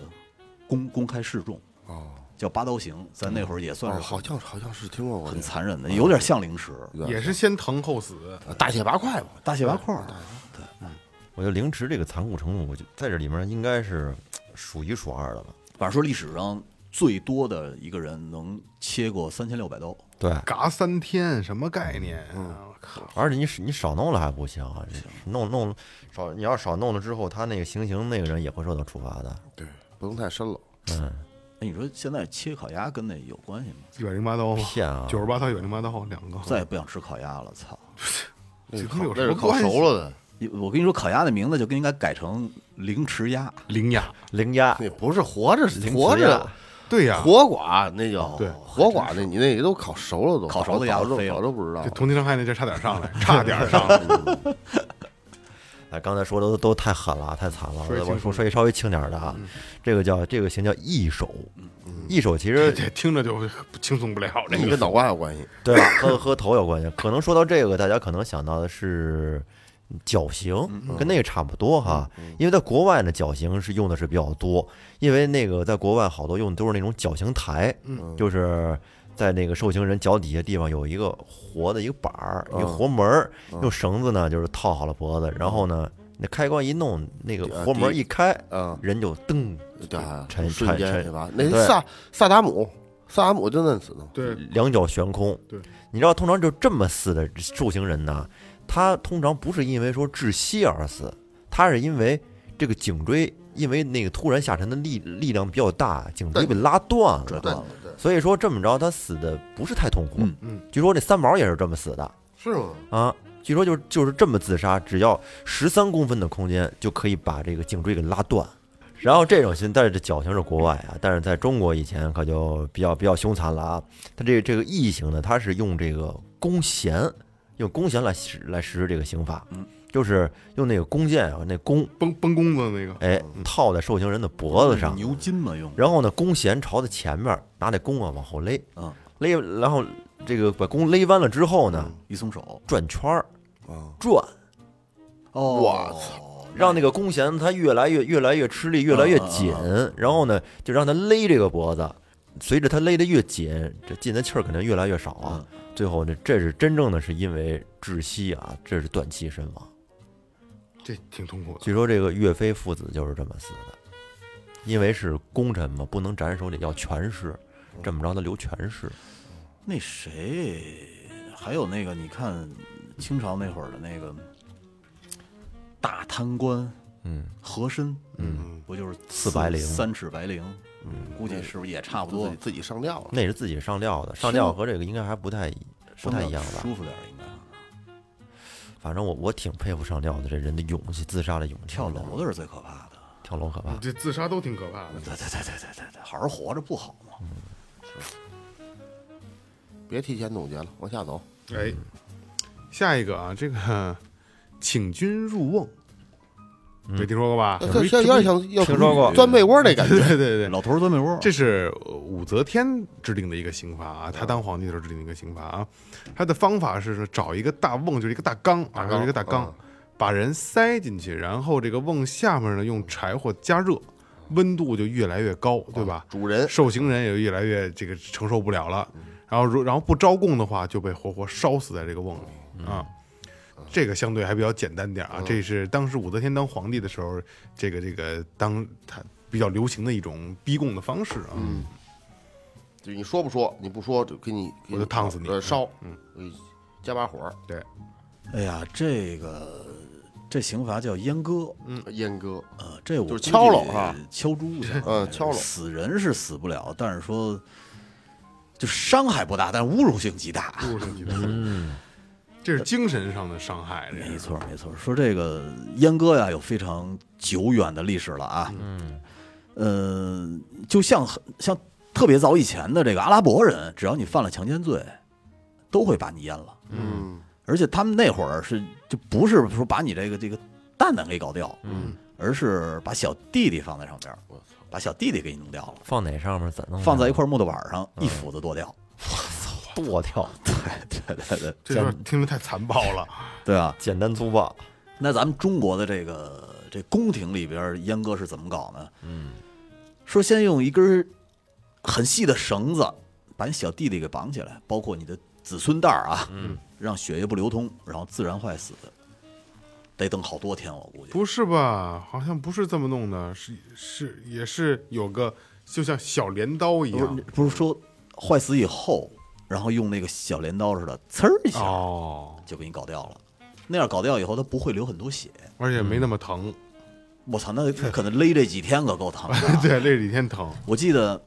[SPEAKER 4] 公公开示众
[SPEAKER 5] 哦，
[SPEAKER 4] 叫八刀刑，在那会儿也算
[SPEAKER 5] 哦，
[SPEAKER 4] 是很
[SPEAKER 5] 好哦像好像是听说过
[SPEAKER 4] 很
[SPEAKER 5] 这
[SPEAKER 4] 残忍的，有点像凌迟，
[SPEAKER 5] 对嗯
[SPEAKER 3] 也是先疼后死。
[SPEAKER 5] 个，大卸八块吧。
[SPEAKER 4] 大卸八块儿，
[SPEAKER 1] 我觉得凌迟这个残酷程度，我就在这里面应该是数一数二的吧。
[SPEAKER 4] 反正说历史上最多的一个人能切过三千六百刀，
[SPEAKER 1] 对，
[SPEAKER 3] 嘎三天什么概念
[SPEAKER 5] 嗯
[SPEAKER 3] 啊？我靠，
[SPEAKER 1] 而且你你少弄了还不行啊，弄弄少你要少弄了之后，他那个行刑那个人也会受到处罚的。
[SPEAKER 5] 对，不能太深了。
[SPEAKER 1] 嗯，
[SPEAKER 4] 哎，你说现在切烤鸭跟那有关系吗？
[SPEAKER 3] 一百零八刀吗？
[SPEAKER 1] 骗啊
[SPEAKER 3] 九十八刀，一百零八刀，两个。
[SPEAKER 4] 再也不想吃烤鸭了，操！
[SPEAKER 5] 那
[SPEAKER 3] 这
[SPEAKER 5] 是
[SPEAKER 3] 他妈
[SPEAKER 5] 烤
[SPEAKER 3] 有
[SPEAKER 5] 那
[SPEAKER 3] 什
[SPEAKER 5] 是
[SPEAKER 3] 么
[SPEAKER 5] 烤
[SPEAKER 3] 关系
[SPEAKER 5] 熟了的，
[SPEAKER 4] 你我跟你说，烤鸭的名字就应该改成凌迟鸭。
[SPEAKER 3] 零压，
[SPEAKER 1] 零压
[SPEAKER 5] 那不是活着
[SPEAKER 1] 零
[SPEAKER 5] 活
[SPEAKER 1] 死鸭
[SPEAKER 5] 着
[SPEAKER 3] 对呀，
[SPEAKER 5] 活寡那叫
[SPEAKER 3] 对
[SPEAKER 5] 活寡那你那都烤熟了都
[SPEAKER 4] 烤熟的鸭
[SPEAKER 5] 早
[SPEAKER 4] 子
[SPEAKER 5] 都
[SPEAKER 4] 飞了
[SPEAKER 5] 早都不知道
[SPEAKER 3] 这。同情伤害那劲儿差点 上来，差点上来。
[SPEAKER 1] 哎，刚才说的都都太狠了，啊太惨了。
[SPEAKER 3] 说一
[SPEAKER 1] 我
[SPEAKER 3] 轻
[SPEAKER 1] 说
[SPEAKER 3] 松
[SPEAKER 1] 说一稍微轻点儿的啊，这个叫这个刑叫义手，义手其实
[SPEAKER 3] 这 听着就轻松不了，这
[SPEAKER 5] 你
[SPEAKER 3] 个
[SPEAKER 5] 跟脑瓜有关系，
[SPEAKER 1] 对吧？ 和和头有关系。可能说到这个，大家可能想到的是绞刑，跟那个差不多
[SPEAKER 5] 嗯
[SPEAKER 1] 哈。因为在国外呢，绞刑是用的是比较多，因为那个在国外好多用的都是那种绞刑台，就是。在那个受刑人脚底下地方有一个活的一个板儿，一个活门儿，用绳子呢就是套好了脖子，然后呢那开关一弄，那个
[SPEAKER 5] 啊
[SPEAKER 1] 活门
[SPEAKER 5] 第
[SPEAKER 1] 一开，
[SPEAKER 5] 嗯，
[SPEAKER 1] 人就噔
[SPEAKER 5] 对，
[SPEAKER 1] 沉
[SPEAKER 5] 瞬
[SPEAKER 1] 沉
[SPEAKER 5] 间
[SPEAKER 1] 沉
[SPEAKER 5] 对吧？那
[SPEAKER 1] 对
[SPEAKER 5] 萨萨达姆，萨达姆就那死的，
[SPEAKER 3] 对
[SPEAKER 1] 两脚悬空。
[SPEAKER 3] 对，
[SPEAKER 1] 你知道，通常就这么死的受刑人呢，他通常不是因为说窒息而死，他是因为这个颈椎因为那个突然下沉的力力量比较大，颈椎被拉断
[SPEAKER 4] 折
[SPEAKER 1] 了。
[SPEAKER 4] 断了，
[SPEAKER 5] 对，
[SPEAKER 1] 所以说这么着，他死的不是太痛苦。
[SPEAKER 4] 嗯
[SPEAKER 3] 嗯，
[SPEAKER 1] 据说这三毛也是这么死的
[SPEAKER 5] 是吗？
[SPEAKER 1] 啊。据说就是就是这么自杀，只要十三公分的空间就可以把这个颈椎给拉断，然后这种刑，但是这绞刑是国外啊，但是在中国以前可就比较比较凶残了啊。它这这个异刑呢，它是用这个弓弦，用弓弦来实来实施这个刑罚，
[SPEAKER 4] 嗯
[SPEAKER 1] 就是用那个弓箭啊，那弓
[SPEAKER 3] 崩崩弓子那个，
[SPEAKER 1] 哎套在受刑人的脖子上，
[SPEAKER 4] 嗯牛筋嘛用，
[SPEAKER 1] 然后呢弓弦朝在前面，拿那弓啊往后勒，
[SPEAKER 4] 嗯，
[SPEAKER 1] 勒然后这个把弓勒弯了之后呢，
[SPEAKER 4] 一松手，
[SPEAKER 1] 转圈儿
[SPEAKER 2] 啊，
[SPEAKER 1] 转，
[SPEAKER 4] 哦，
[SPEAKER 2] 我
[SPEAKER 4] 操，
[SPEAKER 1] 让那个弓弦它越来越越来越吃力，越来越
[SPEAKER 4] 啊
[SPEAKER 1] 紧，然后呢，就让它勒这个脖子。随着它勒得越紧，这进的气儿肯定越来越少啊。
[SPEAKER 4] 嗯
[SPEAKER 1] 最后呢，这是真正的是因为窒息啊，这是断气身亡。
[SPEAKER 3] 这挺痛苦的。
[SPEAKER 1] 据说这个岳飞父子就是这么死的，因为是功臣嘛，不能斩首，得要全尸，这么着他留全尸。
[SPEAKER 4] 那谁，还有那个，你看清朝那会儿的那个大贪官
[SPEAKER 1] 嗯，
[SPEAKER 4] 和珅，嗯，不就是
[SPEAKER 1] 四白绫
[SPEAKER 4] 三尺白绫，嗯，估计是不是也差不多
[SPEAKER 2] 自己，自己上吊了。
[SPEAKER 1] 那是自己上吊的，上吊和这个应该还不太一不太一样吧？
[SPEAKER 4] 舒服点儿应该。
[SPEAKER 1] 反正我我挺佩服上吊的这人的勇气，自杀的勇气。
[SPEAKER 4] 跳楼的是最可怕的。
[SPEAKER 1] 跳楼可怕。
[SPEAKER 3] 这自杀都挺可怕的。
[SPEAKER 4] 对对对对对对对，好好活着不好吗？
[SPEAKER 2] 别提前总结了，往下走。
[SPEAKER 1] 嗯
[SPEAKER 3] 哎，下一个啊，这个请君入瓮，没听说过吧？
[SPEAKER 2] 这这呃有点像
[SPEAKER 1] 嗯
[SPEAKER 2] 要
[SPEAKER 1] 听说过
[SPEAKER 2] 钻被窝那感觉。
[SPEAKER 3] 对对对，
[SPEAKER 4] 老头儿钻被窝，
[SPEAKER 3] 这是呃武则天制定的一个刑罚啊，他当皇帝的时候制定的一个刑罚啊。他的方法是说找一个大瓮，就是一个大缸啊，就是一个大
[SPEAKER 1] 嗯
[SPEAKER 3] 缸，把人塞进去，然后这个瓮下面呢用柴火加热，温度就越来越高，对吧？
[SPEAKER 2] 主人
[SPEAKER 3] 受刑人也越来越这个承受不了了，然后如然后不招供的话，就被活活烧死在这个瓮里啊。这个相对还比较简单点儿啊，这是当时武则天当皇帝的时候，这个这个当他比较流行的一种逼供的方式啊。
[SPEAKER 2] 就你说不说？你不说就给你，给
[SPEAKER 3] 我就烫死你
[SPEAKER 2] 呃，烧，嗯，加把火，
[SPEAKER 3] 对，
[SPEAKER 4] 哎呀，这个这刑罚叫阉割，
[SPEAKER 5] 嗯
[SPEAKER 3] 嗯
[SPEAKER 2] 阉割，
[SPEAKER 4] 呃，这我
[SPEAKER 2] 就是
[SPEAKER 4] 估
[SPEAKER 2] 敲
[SPEAKER 4] 计
[SPEAKER 2] 锣是吧
[SPEAKER 4] 敲猪去，
[SPEAKER 2] 嗯敲锣
[SPEAKER 4] 死人是死不了，但是说就伤害不大，但侮辱性极大。
[SPEAKER 3] 入上去的。这是精神上的伤害，这
[SPEAKER 4] 没
[SPEAKER 3] 是
[SPEAKER 4] 错，没错。说这个阉割呀，有非常久远的历史了啊。嗯，呃，就像很像特别早以前的这个阿拉伯人，只要你犯了强奸罪，都会把你阉了。
[SPEAKER 2] 嗯，
[SPEAKER 4] 而且他们那会儿是就不是说把你这个这个蛋蛋给搞掉，嗯，而是把小弟弟放在上边儿，把小弟弟给你弄掉了，
[SPEAKER 1] 放哪上面？怎弄？
[SPEAKER 4] 放在一块木头板上，一斧子剁掉。
[SPEAKER 1] 剁掉，
[SPEAKER 4] 对对 对
[SPEAKER 3] 这事听着太残暴了。
[SPEAKER 4] 对 啊！
[SPEAKER 1] 简单粗 暴。
[SPEAKER 4] 那咱们中国的这个这宫廷里边儿阉割是怎么搞呢？嗯，说先用一根儿很细的绳子把你小弟弟给绑起来，包括你的子孙蛋儿啊，嗯，让血液不流通，然后自然坏死，得等好多天，我估计。
[SPEAKER 3] 不是吧？好像不是这么弄的，是是也是有个就像小镰刀一
[SPEAKER 4] 不是
[SPEAKER 3] 样
[SPEAKER 4] 不是说坏死以后，然后用那个小镰刀似的，呲儿一下、
[SPEAKER 3] 哦，
[SPEAKER 4] 就给你搞掉了。那样搞掉以后，它不会流很多血。
[SPEAKER 3] 而且没那么疼。
[SPEAKER 4] 我操，那可能勒这几天可够疼的。
[SPEAKER 3] 对，这几天疼。
[SPEAKER 4] 我记得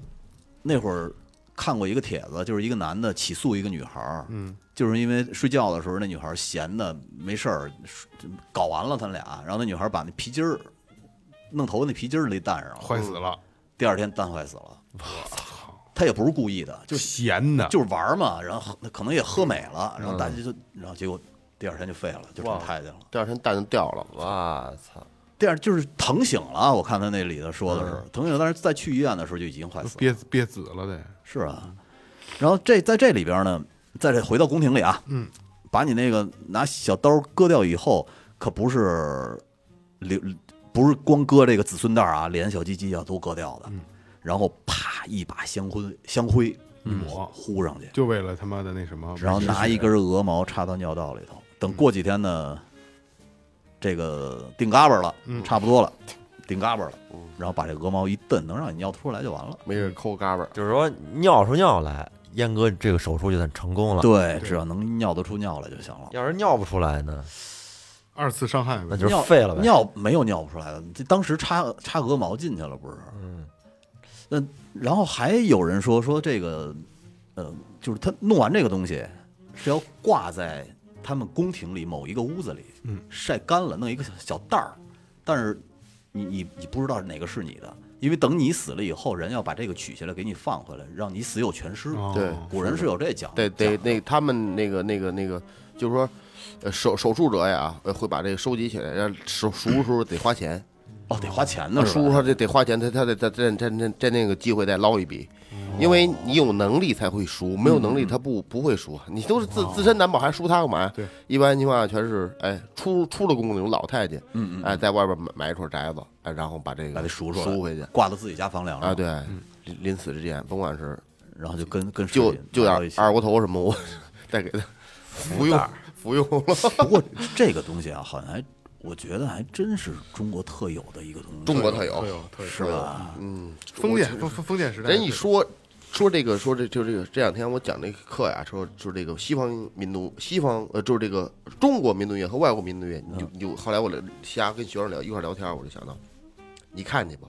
[SPEAKER 4] 那会儿看过一个帖子，就是一个男的起诉一个女孩儿，嗯，就是因为睡觉的时候那女孩儿闲的没事儿，搞完了他俩，然后那女孩儿把那皮筋儿弄头发那皮筋儿勒蛋上了，
[SPEAKER 3] 坏死了，
[SPEAKER 4] 第二天蛋坏死了。我操！他也不是故意的，就
[SPEAKER 3] 就闲的，
[SPEAKER 4] 就是玩儿嘛，然后喝可能也喝美了，然后大家就，然后结果第二天就废了，就成太监了。
[SPEAKER 2] 第二天蛋就掉了，
[SPEAKER 1] 我操！
[SPEAKER 4] 第二就是疼醒了啊，我看他那里头说的是疼醒了，但是再去医院的时候就已经坏死了。
[SPEAKER 3] 憋憋紫了得。
[SPEAKER 4] 是啊，然后这在这里边呢，在这回到宫廷里啊，嗯，把你那个拿小刀割掉以后，可不是留，不是光割这个子孙蛋儿啊，连小鸡鸡啊都割掉的，然后啪一把香灰香灰一抹糊上去，
[SPEAKER 3] 就为了他妈的那什么，
[SPEAKER 4] 然后拿一根鹅毛插到尿道里头，等过几天呢，这个定嘎巴了，差不多了，定嘎巴了，然后把这鹅毛一蹬，能让你尿出来就完了。
[SPEAKER 2] 没人抠嘎巴儿，
[SPEAKER 1] 就是说尿出尿来，阉割这个手术就算成功了。
[SPEAKER 4] 对，只要能尿得出尿来就行了。
[SPEAKER 1] 要是尿不出来呢，
[SPEAKER 3] 二次伤害呗
[SPEAKER 1] 那就是
[SPEAKER 4] 尿
[SPEAKER 1] 废了呗。
[SPEAKER 4] 尿没有尿不出来的，这当时插插鹅毛进去了，不是？嗯。那然后还有人说说这个，呃，就是他弄完这个东西是要挂在他们宫廷里某一个屋子里，嗯，晒干了，弄一个小袋儿，但是你你你不知道哪个是你的，因为等你死了以后，人要把这个取下来给你放回来，让你死有全尸。
[SPEAKER 3] 哦
[SPEAKER 2] 对
[SPEAKER 4] 古人是有这讲，
[SPEAKER 2] 得
[SPEAKER 4] 讲
[SPEAKER 2] 得
[SPEAKER 4] 的
[SPEAKER 2] 那他们那个那个那个，就是说，呃，手手术者呀，呃会把这个收集起来，然后手赎的时候得花钱，
[SPEAKER 4] 哦，得花钱
[SPEAKER 2] 那
[SPEAKER 4] 呢，
[SPEAKER 2] 叔
[SPEAKER 4] 是吧
[SPEAKER 2] 他这得花钱，他他得在在在在在那个机会再捞一笔，因为你有能力才会输，没有能力他不不会输，你都是自自身难保，还输他干嘛呀？
[SPEAKER 3] 对，
[SPEAKER 2] 一般情况下全是哎出出了工那种老太监，嗯嗯，哎在外边买买一串宅子，哎然后把这个
[SPEAKER 4] 把这赎出来，
[SPEAKER 2] 赎回去
[SPEAKER 4] 挂到自己家房梁上
[SPEAKER 2] 啊，，对，临临死之前，甭管是
[SPEAKER 4] 然后就跟跟
[SPEAKER 2] 就
[SPEAKER 4] 水
[SPEAKER 2] 就
[SPEAKER 4] 拿到一
[SPEAKER 2] 点
[SPEAKER 4] 起
[SPEAKER 2] 二锅头什么，我再给他服用服用了，
[SPEAKER 4] 不过这个东西啊，好像还我觉得还真是中国特有的一个东西，
[SPEAKER 2] 中国特有
[SPEAKER 3] 特，有特有
[SPEAKER 4] 是吧？
[SPEAKER 3] 封建封封封建时代，
[SPEAKER 2] 人一说说这个说这就这个这两天我讲那个课呀，说就是这个西方民族西方呃就是这个中国民族乐和外国民族乐，你
[SPEAKER 3] 嗯
[SPEAKER 2] 就你就后来我瞎跟学生聊一块儿聊天，我就想到，你看去吧，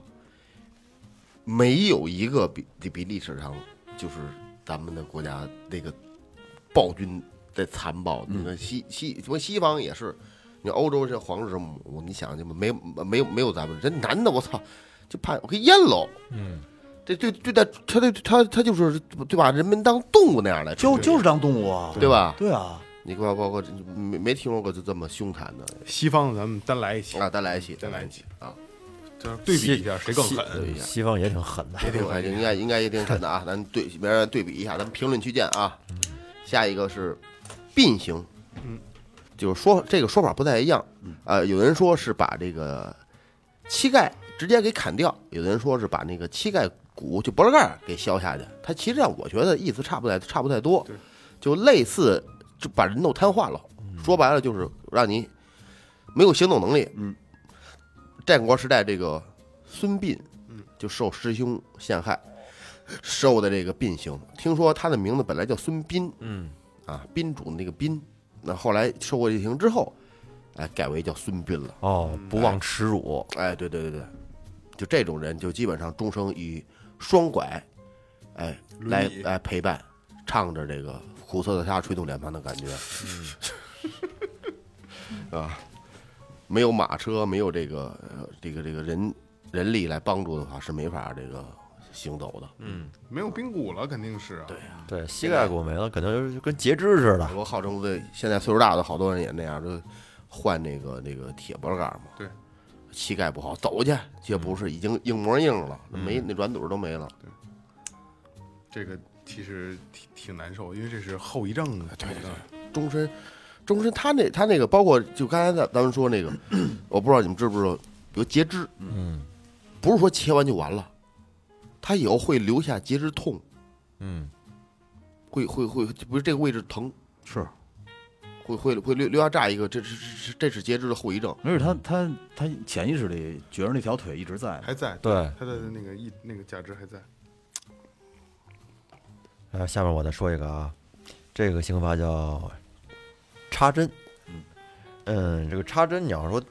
[SPEAKER 2] 没有一个比比历史上就是咱们的国家那个暴君在残暴，那
[SPEAKER 4] 嗯
[SPEAKER 2] 个西西什么西方也是。你欧洲这皇室母，你想去吧，没有没有没有咱们这男的，我操，就怕我给淹喽。
[SPEAKER 4] 嗯
[SPEAKER 2] 这对对待他对他他就是对吧？人们当动物那样来处
[SPEAKER 4] 就
[SPEAKER 2] 理，
[SPEAKER 4] 就是当动物啊，
[SPEAKER 2] 对吧？
[SPEAKER 4] 对啊，
[SPEAKER 2] 你包包括没没听说过就这么凶残
[SPEAKER 4] 哦
[SPEAKER 2] 的
[SPEAKER 3] 西方咱们单来一起，
[SPEAKER 2] 啊！咱来一起，
[SPEAKER 3] 再来一起
[SPEAKER 2] 啊！
[SPEAKER 3] 就是对比一下谁更狠。
[SPEAKER 2] 对一下，
[SPEAKER 1] 西方也挺狠的，
[SPEAKER 2] 对应该应该也挺狠的啊！咱对别人对比一下，咱们评论区见啊！下一个是并行，嗯，就是说这个说法不太一样，呃，有人说是把这个膝盖直接给砍掉，有人说是把那个膝盖骨就脖子盖儿给削下去。它其实上我觉得意思差不太差不太多，就类似就把人都瘫痪了。说白了就是让你没有行动能力。
[SPEAKER 4] 嗯，
[SPEAKER 2] 战国时代这个孙膑，嗯，就受师兄陷害，受的这个膑刑。听说他的名字本来叫孙膑，
[SPEAKER 1] 嗯，
[SPEAKER 2] 啊，宾主的那个宾，那后来受过一刑之后，哎，改为叫孙膑了。
[SPEAKER 1] 哦，不忘耻辱，
[SPEAKER 2] 哎，对对对对，就这种人就基本上终生以双拐，哎，来
[SPEAKER 3] 轮椅
[SPEAKER 2] 来陪伴，唱着这个苦涩的沙吹动脸庞的感觉，嗯 啊，没有马车，没有这个呃这个这个人人力来帮助的话，是没法这个行走的。
[SPEAKER 3] 嗯没有髌骨了，肯定是啊。对呀，
[SPEAKER 1] 对，膝盖骨没了，可能就是跟截肢似的
[SPEAKER 2] 我号称这现在岁数大的好多人也那样，都换那个那个铁脖杆嘛。
[SPEAKER 3] 对，
[SPEAKER 2] 膝盖不好，走去，这不是已经硬模硬了，
[SPEAKER 3] 嗯
[SPEAKER 2] 没那软肚儿都没了。
[SPEAKER 3] 这个其实挺挺难受，因为这是后遗症啊。对对对，
[SPEAKER 2] 终身，终身他那他那个包括就刚才咱咱们说那个，我不知道你们知不知道，比如截肢，嗯，不是说切完就完了，他以后会留下截肢痛，
[SPEAKER 1] 嗯，
[SPEAKER 2] 会会会，不是这个位置疼，
[SPEAKER 4] 是，
[SPEAKER 2] 会会会留留下这样一个，这是这是这是截肢的后遗症。
[SPEAKER 4] 没事，他他他潜意识里觉着那条腿一直在，
[SPEAKER 3] 还在，
[SPEAKER 1] 对
[SPEAKER 3] 他的那个一那个价值还在。
[SPEAKER 1] 然后哎下面我再说一个啊，这个刑罚叫插针。嗯，这个插针，你要说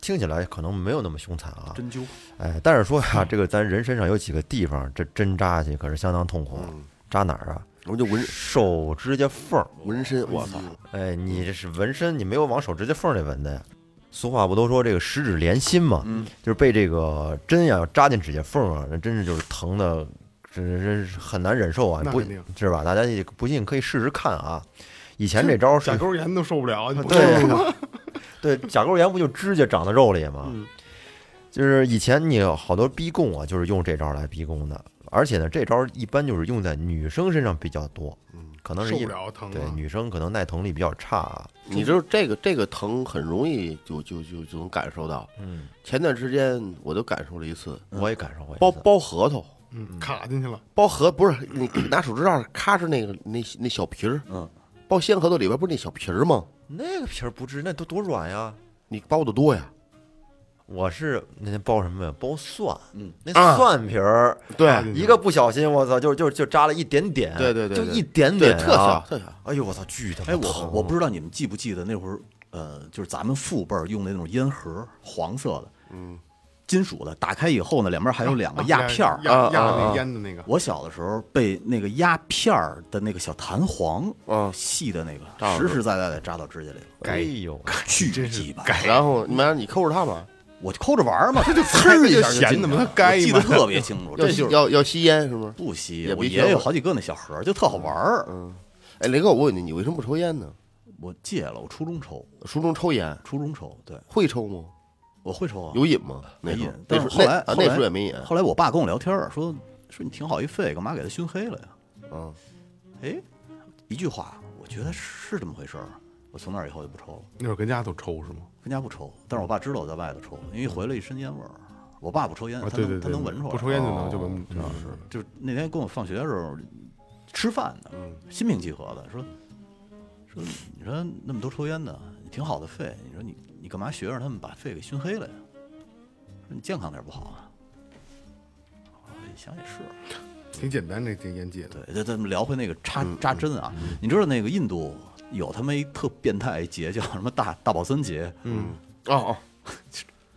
[SPEAKER 1] 听起来可能没有那么凶残啊，
[SPEAKER 4] 针灸
[SPEAKER 1] 哎，但是说呀、这个咱人身上有几个地方，这针扎去可是相当痛苦。
[SPEAKER 3] 嗯
[SPEAKER 1] 扎哪儿啊？
[SPEAKER 2] 我就纹
[SPEAKER 1] 手指甲缝儿。
[SPEAKER 2] 纹身，我操，
[SPEAKER 1] 哎，你这是纹身，你没有往手指甲缝儿里纹的呀。俗话不都说这个十指连心嘛，
[SPEAKER 3] 嗯
[SPEAKER 1] 就是被这个针呀、扎进指甲缝儿啊，那真是就是疼的，这真是很难忍受啊！
[SPEAKER 3] 那
[SPEAKER 1] 不
[SPEAKER 3] 肯定
[SPEAKER 1] 是吧？大家也不信可以试试看啊。以前这招是
[SPEAKER 3] 甲沟炎都受不了，你不
[SPEAKER 1] 对对，甲沟炎不就指甲长在肉里吗？
[SPEAKER 3] 嗯
[SPEAKER 1] 就是以前你有好多逼供啊，就是用这招来逼供的，而且呢，这招一般就是用在女生身上比较多，可能是
[SPEAKER 3] 受不
[SPEAKER 1] 因
[SPEAKER 3] 了疼
[SPEAKER 1] 对
[SPEAKER 3] 啊。
[SPEAKER 1] 女生可能耐疼力比较差啊。
[SPEAKER 2] 你知道这个这个疼很容易就就就就能感受到。
[SPEAKER 1] 嗯，
[SPEAKER 2] 前段时间我都感受了一次，
[SPEAKER 1] 我也感受过一次。
[SPEAKER 2] 嗯包包核桃。
[SPEAKER 3] 嗯，卡进去了，
[SPEAKER 2] 包核不是你拿手指头咔哧那个那那小皮儿，
[SPEAKER 4] 嗯，
[SPEAKER 2] 包鲜核桃里边不是那小皮儿吗？
[SPEAKER 1] 那个皮儿不治，那都多软呀！
[SPEAKER 2] 你包的多呀，
[SPEAKER 1] 我是那天包什么呀？包蒜，
[SPEAKER 4] 嗯，
[SPEAKER 1] 那
[SPEAKER 2] 啊
[SPEAKER 1] 蒜皮儿，啊
[SPEAKER 3] 卡进去了
[SPEAKER 1] 一个不小心，我操，就就就扎了一点点，
[SPEAKER 2] 对对对
[SPEAKER 1] 就
[SPEAKER 2] 对
[SPEAKER 1] 一点
[SPEAKER 2] 对，
[SPEAKER 1] 点
[SPEAKER 2] 特小
[SPEAKER 1] 啊！
[SPEAKER 2] 特小，
[SPEAKER 1] 哎呦，我操，巨他妈
[SPEAKER 4] 哎，我
[SPEAKER 1] 疼！
[SPEAKER 4] 我不知道你们记不记得那会儿，呃，就是咱们父辈儿用的那种烟盒，黄色的，嗯，金属的，打开以后呢，两边还有两个压片儿。
[SPEAKER 3] 压压
[SPEAKER 2] 啊啊
[SPEAKER 3] 那
[SPEAKER 2] 啊
[SPEAKER 3] 烟的那个，
[SPEAKER 4] 我小的时候被那个压片儿的那个小弹簧，
[SPEAKER 2] 嗯
[SPEAKER 4] 细的那个，
[SPEAKER 2] 扎到
[SPEAKER 4] 实实在在的扎到指甲里了，
[SPEAKER 1] 哎呦，
[SPEAKER 4] 巨鸡巴！
[SPEAKER 2] 然后你妈你抠着它嘛，
[SPEAKER 4] 我就抠着玩儿嘛，他 就
[SPEAKER 3] 呲儿一下就进去了
[SPEAKER 4] 的嘛，我记得特别清楚，
[SPEAKER 2] 要
[SPEAKER 4] 这 就是
[SPEAKER 2] 要要吸烟是吗？
[SPEAKER 4] 不吸
[SPEAKER 2] 也，
[SPEAKER 4] 我
[SPEAKER 2] 没
[SPEAKER 4] 爷爷
[SPEAKER 2] 见
[SPEAKER 4] 有嗯
[SPEAKER 2] 过
[SPEAKER 4] 好几个那小盒儿，就特好玩儿。
[SPEAKER 2] 哎，雷哥，我问你，你为什么不抽烟呢？
[SPEAKER 4] 我戒了，我初中抽，
[SPEAKER 2] 初中抽烟
[SPEAKER 4] 初中抽，对，
[SPEAKER 2] 会抽吗？
[SPEAKER 4] 我会抽啊，
[SPEAKER 2] 有瘾吗？那
[SPEAKER 4] 没
[SPEAKER 2] 时
[SPEAKER 4] 瘾
[SPEAKER 2] 候，那
[SPEAKER 4] 但
[SPEAKER 2] 时
[SPEAKER 4] 是
[SPEAKER 2] 候
[SPEAKER 4] 后来
[SPEAKER 2] 那啊
[SPEAKER 4] 后
[SPEAKER 2] 那
[SPEAKER 4] 来
[SPEAKER 2] 时候也没瘾，
[SPEAKER 4] 后来我爸跟我聊天儿说说你挺好一肺，干嘛给他熏黑了呀？
[SPEAKER 2] 嗯，
[SPEAKER 4] 哎，一句话，我觉得是这么回事儿。我从那以后就不抽了，
[SPEAKER 3] 那会儿跟家都抽是吗？
[SPEAKER 4] 跟家不抽。但是我爸知道我在外头抽，因为回来一身烟味儿。我爸不抽烟，
[SPEAKER 3] 啊，
[SPEAKER 4] 他
[SPEAKER 3] 对对
[SPEAKER 4] 能他
[SPEAKER 3] 对，
[SPEAKER 4] 能闻出来。哦嗯
[SPEAKER 3] 不抽烟就能就闻出来。
[SPEAKER 4] 就是那天跟我放学的时候吃饭呢，心平气和的说说，你说那么多抽烟的，挺好的肺，你说你你干嘛学着他们把肺给熏黑了呀？说你健康点不好啊？我一想也是，
[SPEAKER 3] 挺简单，这这烟戒的。
[SPEAKER 4] 对，这咱们聊回那个插扎针啊，你知道那个印度有他妈一特变态节叫什么大大保森节，
[SPEAKER 3] 嗯，
[SPEAKER 2] 哦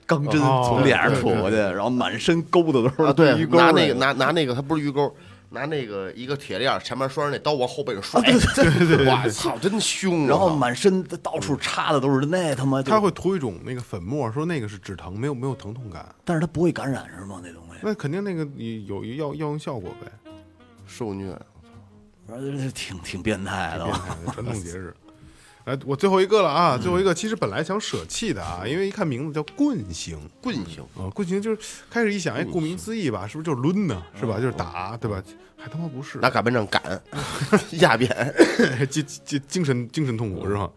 [SPEAKER 4] 钢针
[SPEAKER 3] 哦
[SPEAKER 4] 从脸上
[SPEAKER 3] 对对
[SPEAKER 4] 杵过去，然后满身勾的都
[SPEAKER 2] 哦，
[SPEAKER 4] 是
[SPEAKER 2] 啊，对
[SPEAKER 4] 鱼，钩
[SPEAKER 2] 拿
[SPEAKER 4] 儿
[SPEAKER 2] 那个拿拿那个，它不是鱼钩，拿那个一个铁链儿，前面拴着那刀往后背上甩，
[SPEAKER 4] 啊
[SPEAKER 2] 我操，真凶啊！
[SPEAKER 4] 然后满身到处插的都是那他妈就
[SPEAKER 3] 他会涂一种那个粉末，说那个是止疼，没有没有疼痛感。
[SPEAKER 4] 但是它不会感染是吗？那东西，
[SPEAKER 3] 那肯定那个你有一药药用效果呗，
[SPEAKER 2] 受虐，
[SPEAKER 4] 反正就是挺挺变态的
[SPEAKER 3] 变。态的传统节日。哎，我最后一个了啊，最后一个其实本来想舍弃的啊，因为一看名字叫棍刑。
[SPEAKER 2] 棍性，
[SPEAKER 3] 啊，棍刑就是开始一想，哎，顾名思义吧，是不是就是抡呢？是吧？就是打，对吧？还他妈不是，
[SPEAKER 2] 拿擀面杖擀， 压扁，
[SPEAKER 3] 精精精神精神痛苦是吧？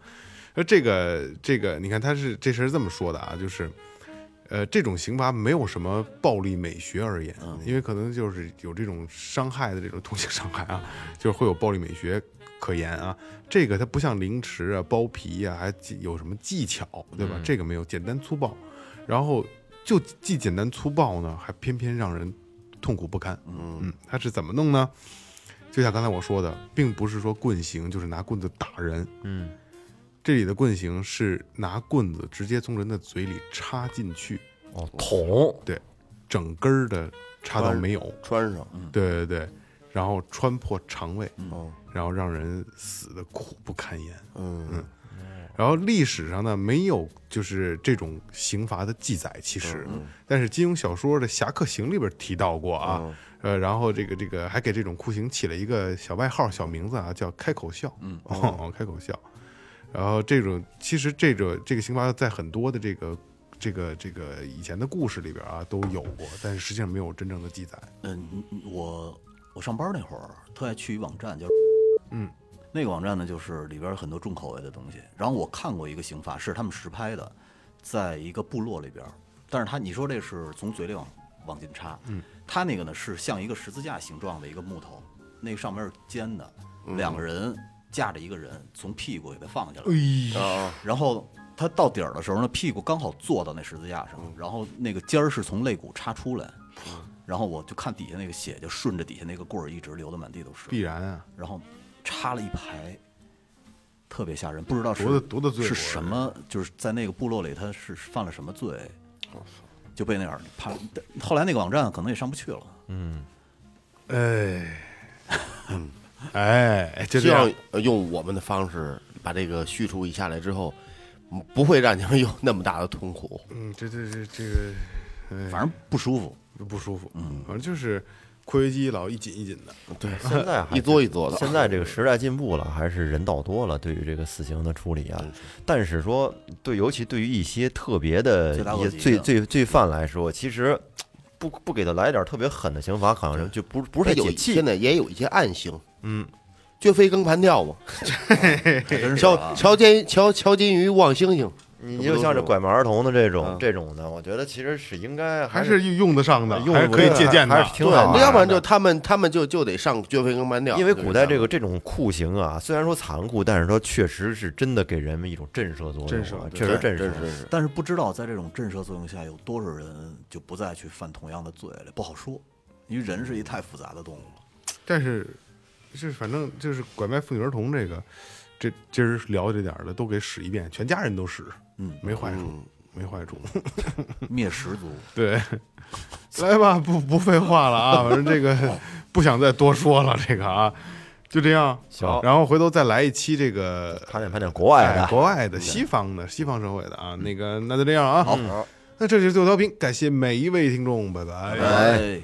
[SPEAKER 3] 那这个这个，你看他是这事儿这么说的啊，就是，呃，这种刑罚没有什么暴力美学而言，因为可能就是有这种伤害的这种同性伤害啊，就是会有暴力美学可言啊。这个它不像凌迟啊、剥皮啊，还技有什么技巧，对吧？这个没有，简单粗暴。然后就既简单粗暴呢，还偏偏让人痛苦不堪。嗯，他是怎么弄呢？就像刚才我说的，并不是说棍刑就是拿棍子打人，
[SPEAKER 1] 嗯，
[SPEAKER 3] 这里的棍刑是拿棍子直接从人的嘴里插进去，
[SPEAKER 1] 哦，捅，
[SPEAKER 3] 对，整根儿的插到没有，
[SPEAKER 2] 穿上，
[SPEAKER 3] 对对对，然后穿破肠胃，
[SPEAKER 2] 嗯
[SPEAKER 3] 然后让人死的苦不堪言。
[SPEAKER 2] 嗯，
[SPEAKER 3] 然后历史上呢，没有就是这种刑罚的记载，其实，但是金庸小说的《侠客行》里边提到过啊，呃，然后这个这个还给这种酷刑起了一个小外号、小名字啊，叫“开口笑”，嗯， 哦，开口笑。然后这种其实这种这个刑罚在很多的这个这个这个以前的故事里边啊都有过，但是实际上没有真正的记载。
[SPEAKER 4] 嗯，我我上班那会儿特爱去一网站叫，
[SPEAKER 3] 嗯，
[SPEAKER 4] 那个网站呢就是里边有很多重口味的东西。然后我看过一个刑法是他们实拍的，在一个部落里边，但是他你说这是从嘴里往往进插，嗯，他那个呢是像一个十字架形状的一个木头，那上面是尖的，
[SPEAKER 3] 嗯
[SPEAKER 4] 两个人架着一个人从屁股给他放下来，
[SPEAKER 2] 啊，
[SPEAKER 4] 然后他到底儿的时候呢，屁股刚好坐到那十字架上，然后那个尖儿是从肋骨插出来，然后我就看底下那个血就顺着底下那个棍儿一直流的满地都
[SPEAKER 3] 必
[SPEAKER 4] 是，
[SPEAKER 3] 然啊，
[SPEAKER 4] 然后插了一排，特别吓人，不知道是
[SPEAKER 3] 多大多大罪过
[SPEAKER 4] 是
[SPEAKER 3] 啊
[SPEAKER 4] 什么，就是在那个部落里他是犯了什么罪，就被那样判。但后来那个网站可能也上不去了，
[SPEAKER 3] 哎，哎，就
[SPEAKER 2] 希
[SPEAKER 3] 这样
[SPEAKER 2] 望，呃用我们的方式把这个叙述一下来之后，嗯不会让你们有那么大的痛苦。
[SPEAKER 3] 嗯，这这这这个。
[SPEAKER 4] 反正不舒服。
[SPEAKER 3] 不舒服，嗯，反正就是括约肌老一紧一紧的，
[SPEAKER 2] 对，
[SPEAKER 1] 现在还
[SPEAKER 2] 一嘬 一嘬的，啊
[SPEAKER 1] 现在这个时代进步了，还是人道多了，对于这个死刑的处理啊
[SPEAKER 2] 真。
[SPEAKER 1] 但是说，对，尤其对于一些特别的
[SPEAKER 4] 罪大恶
[SPEAKER 1] 一些
[SPEAKER 4] 极
[SPEAKER 1] 罪
[SPEAKER 4] 的
[SPEAKER 1] 罪罪犯来说，其实不不给他来点特别狠的刑罚，好像就不不
[SPEAKER 2] 不
[SPEAKER 1] 是太
[SPEAKER 2] 有
[SPEAKER 1] 解
[SPEAKER 2] 一
[SPEAKER 1] 气
[SPEAKER 2] 现。在也有一些暗刑，嗯，绝非更盘跳嘛，
[SPEAKER 4] 还真是
[SPEAKER 2] 乔
[SPEAKER 4] 啊
[SPEAKER 2] 乔金乔乔金鱼望星星，
[SPEAKER 1] 你就像这拐卖儿童的这种
[SPEAKER 2] 嗯
[SPEAKER 1] 这种的，我觉得其实是应该
[SPEAKER 3] 还
[SPEAKER 1] 是
[SPEAKER 3] 是用得上的，
[SPEAKER 1] 用
[SPEAKER 3] 还是可以借鉴
[SPEAKER 1] 还
[SPEAKER 3] 的
[SPEAKER 1] 是。挺
[SPEAKER 2] 对，
[SPEAKER 1] 好玩的。
[SPEAKER 2] 要不然就他们他们就就得上绝非更盘跳，
[SPEAKER 1] 因为古代这
[SPEAKER 2] 个
[SPEAKER 1] 个这种酷刑啊，虽然说残酷，但是说确实是真的给人们一种震慑作
[SPEAKER 3] 震
[SPEAKER 1] 用
[SPEAKER 3] 慑
[SPEAKER 1] 啊，
[SPEAKER 3] 对
[SPEAKER 1] 确实震慑。
[SPEAKER 2] 是
[SPEAKER 4] 但是不知道在这种震慑作用下，有多少人就不再去犯同样的罪了，不好说，因为人是一太复杂的动物了。
[SPEAKER 3] 但是，就是反正就是拐卖妇女儿童这个，这今儿聊这点儿的都给使一遍，全家人都使，
[SPEAKER 4] 嗯，
[SPEAKER 3] 没坏处，没坏处。
[SPEAKER 4] 灭十族，
[SPEAKER 3] 对，来吧，不不废话了啊，反正这个不想再多说了，这个啊，就这样。
[SPEAKER 1] 行
[SPEAKER 3] 然后回头再来一期这个
[SPEAKER 1] 盘点盘点国外
[SPEAKER 3] 哎
[SPEAKER 1] 的，嗯
[SPEAKER 3] 国外的、西方的、西方社会的啊，那个那就这样啊，好，那这就是六刀兵，感谢每一位听众，拜拜
[SPEAKER 4] 哎。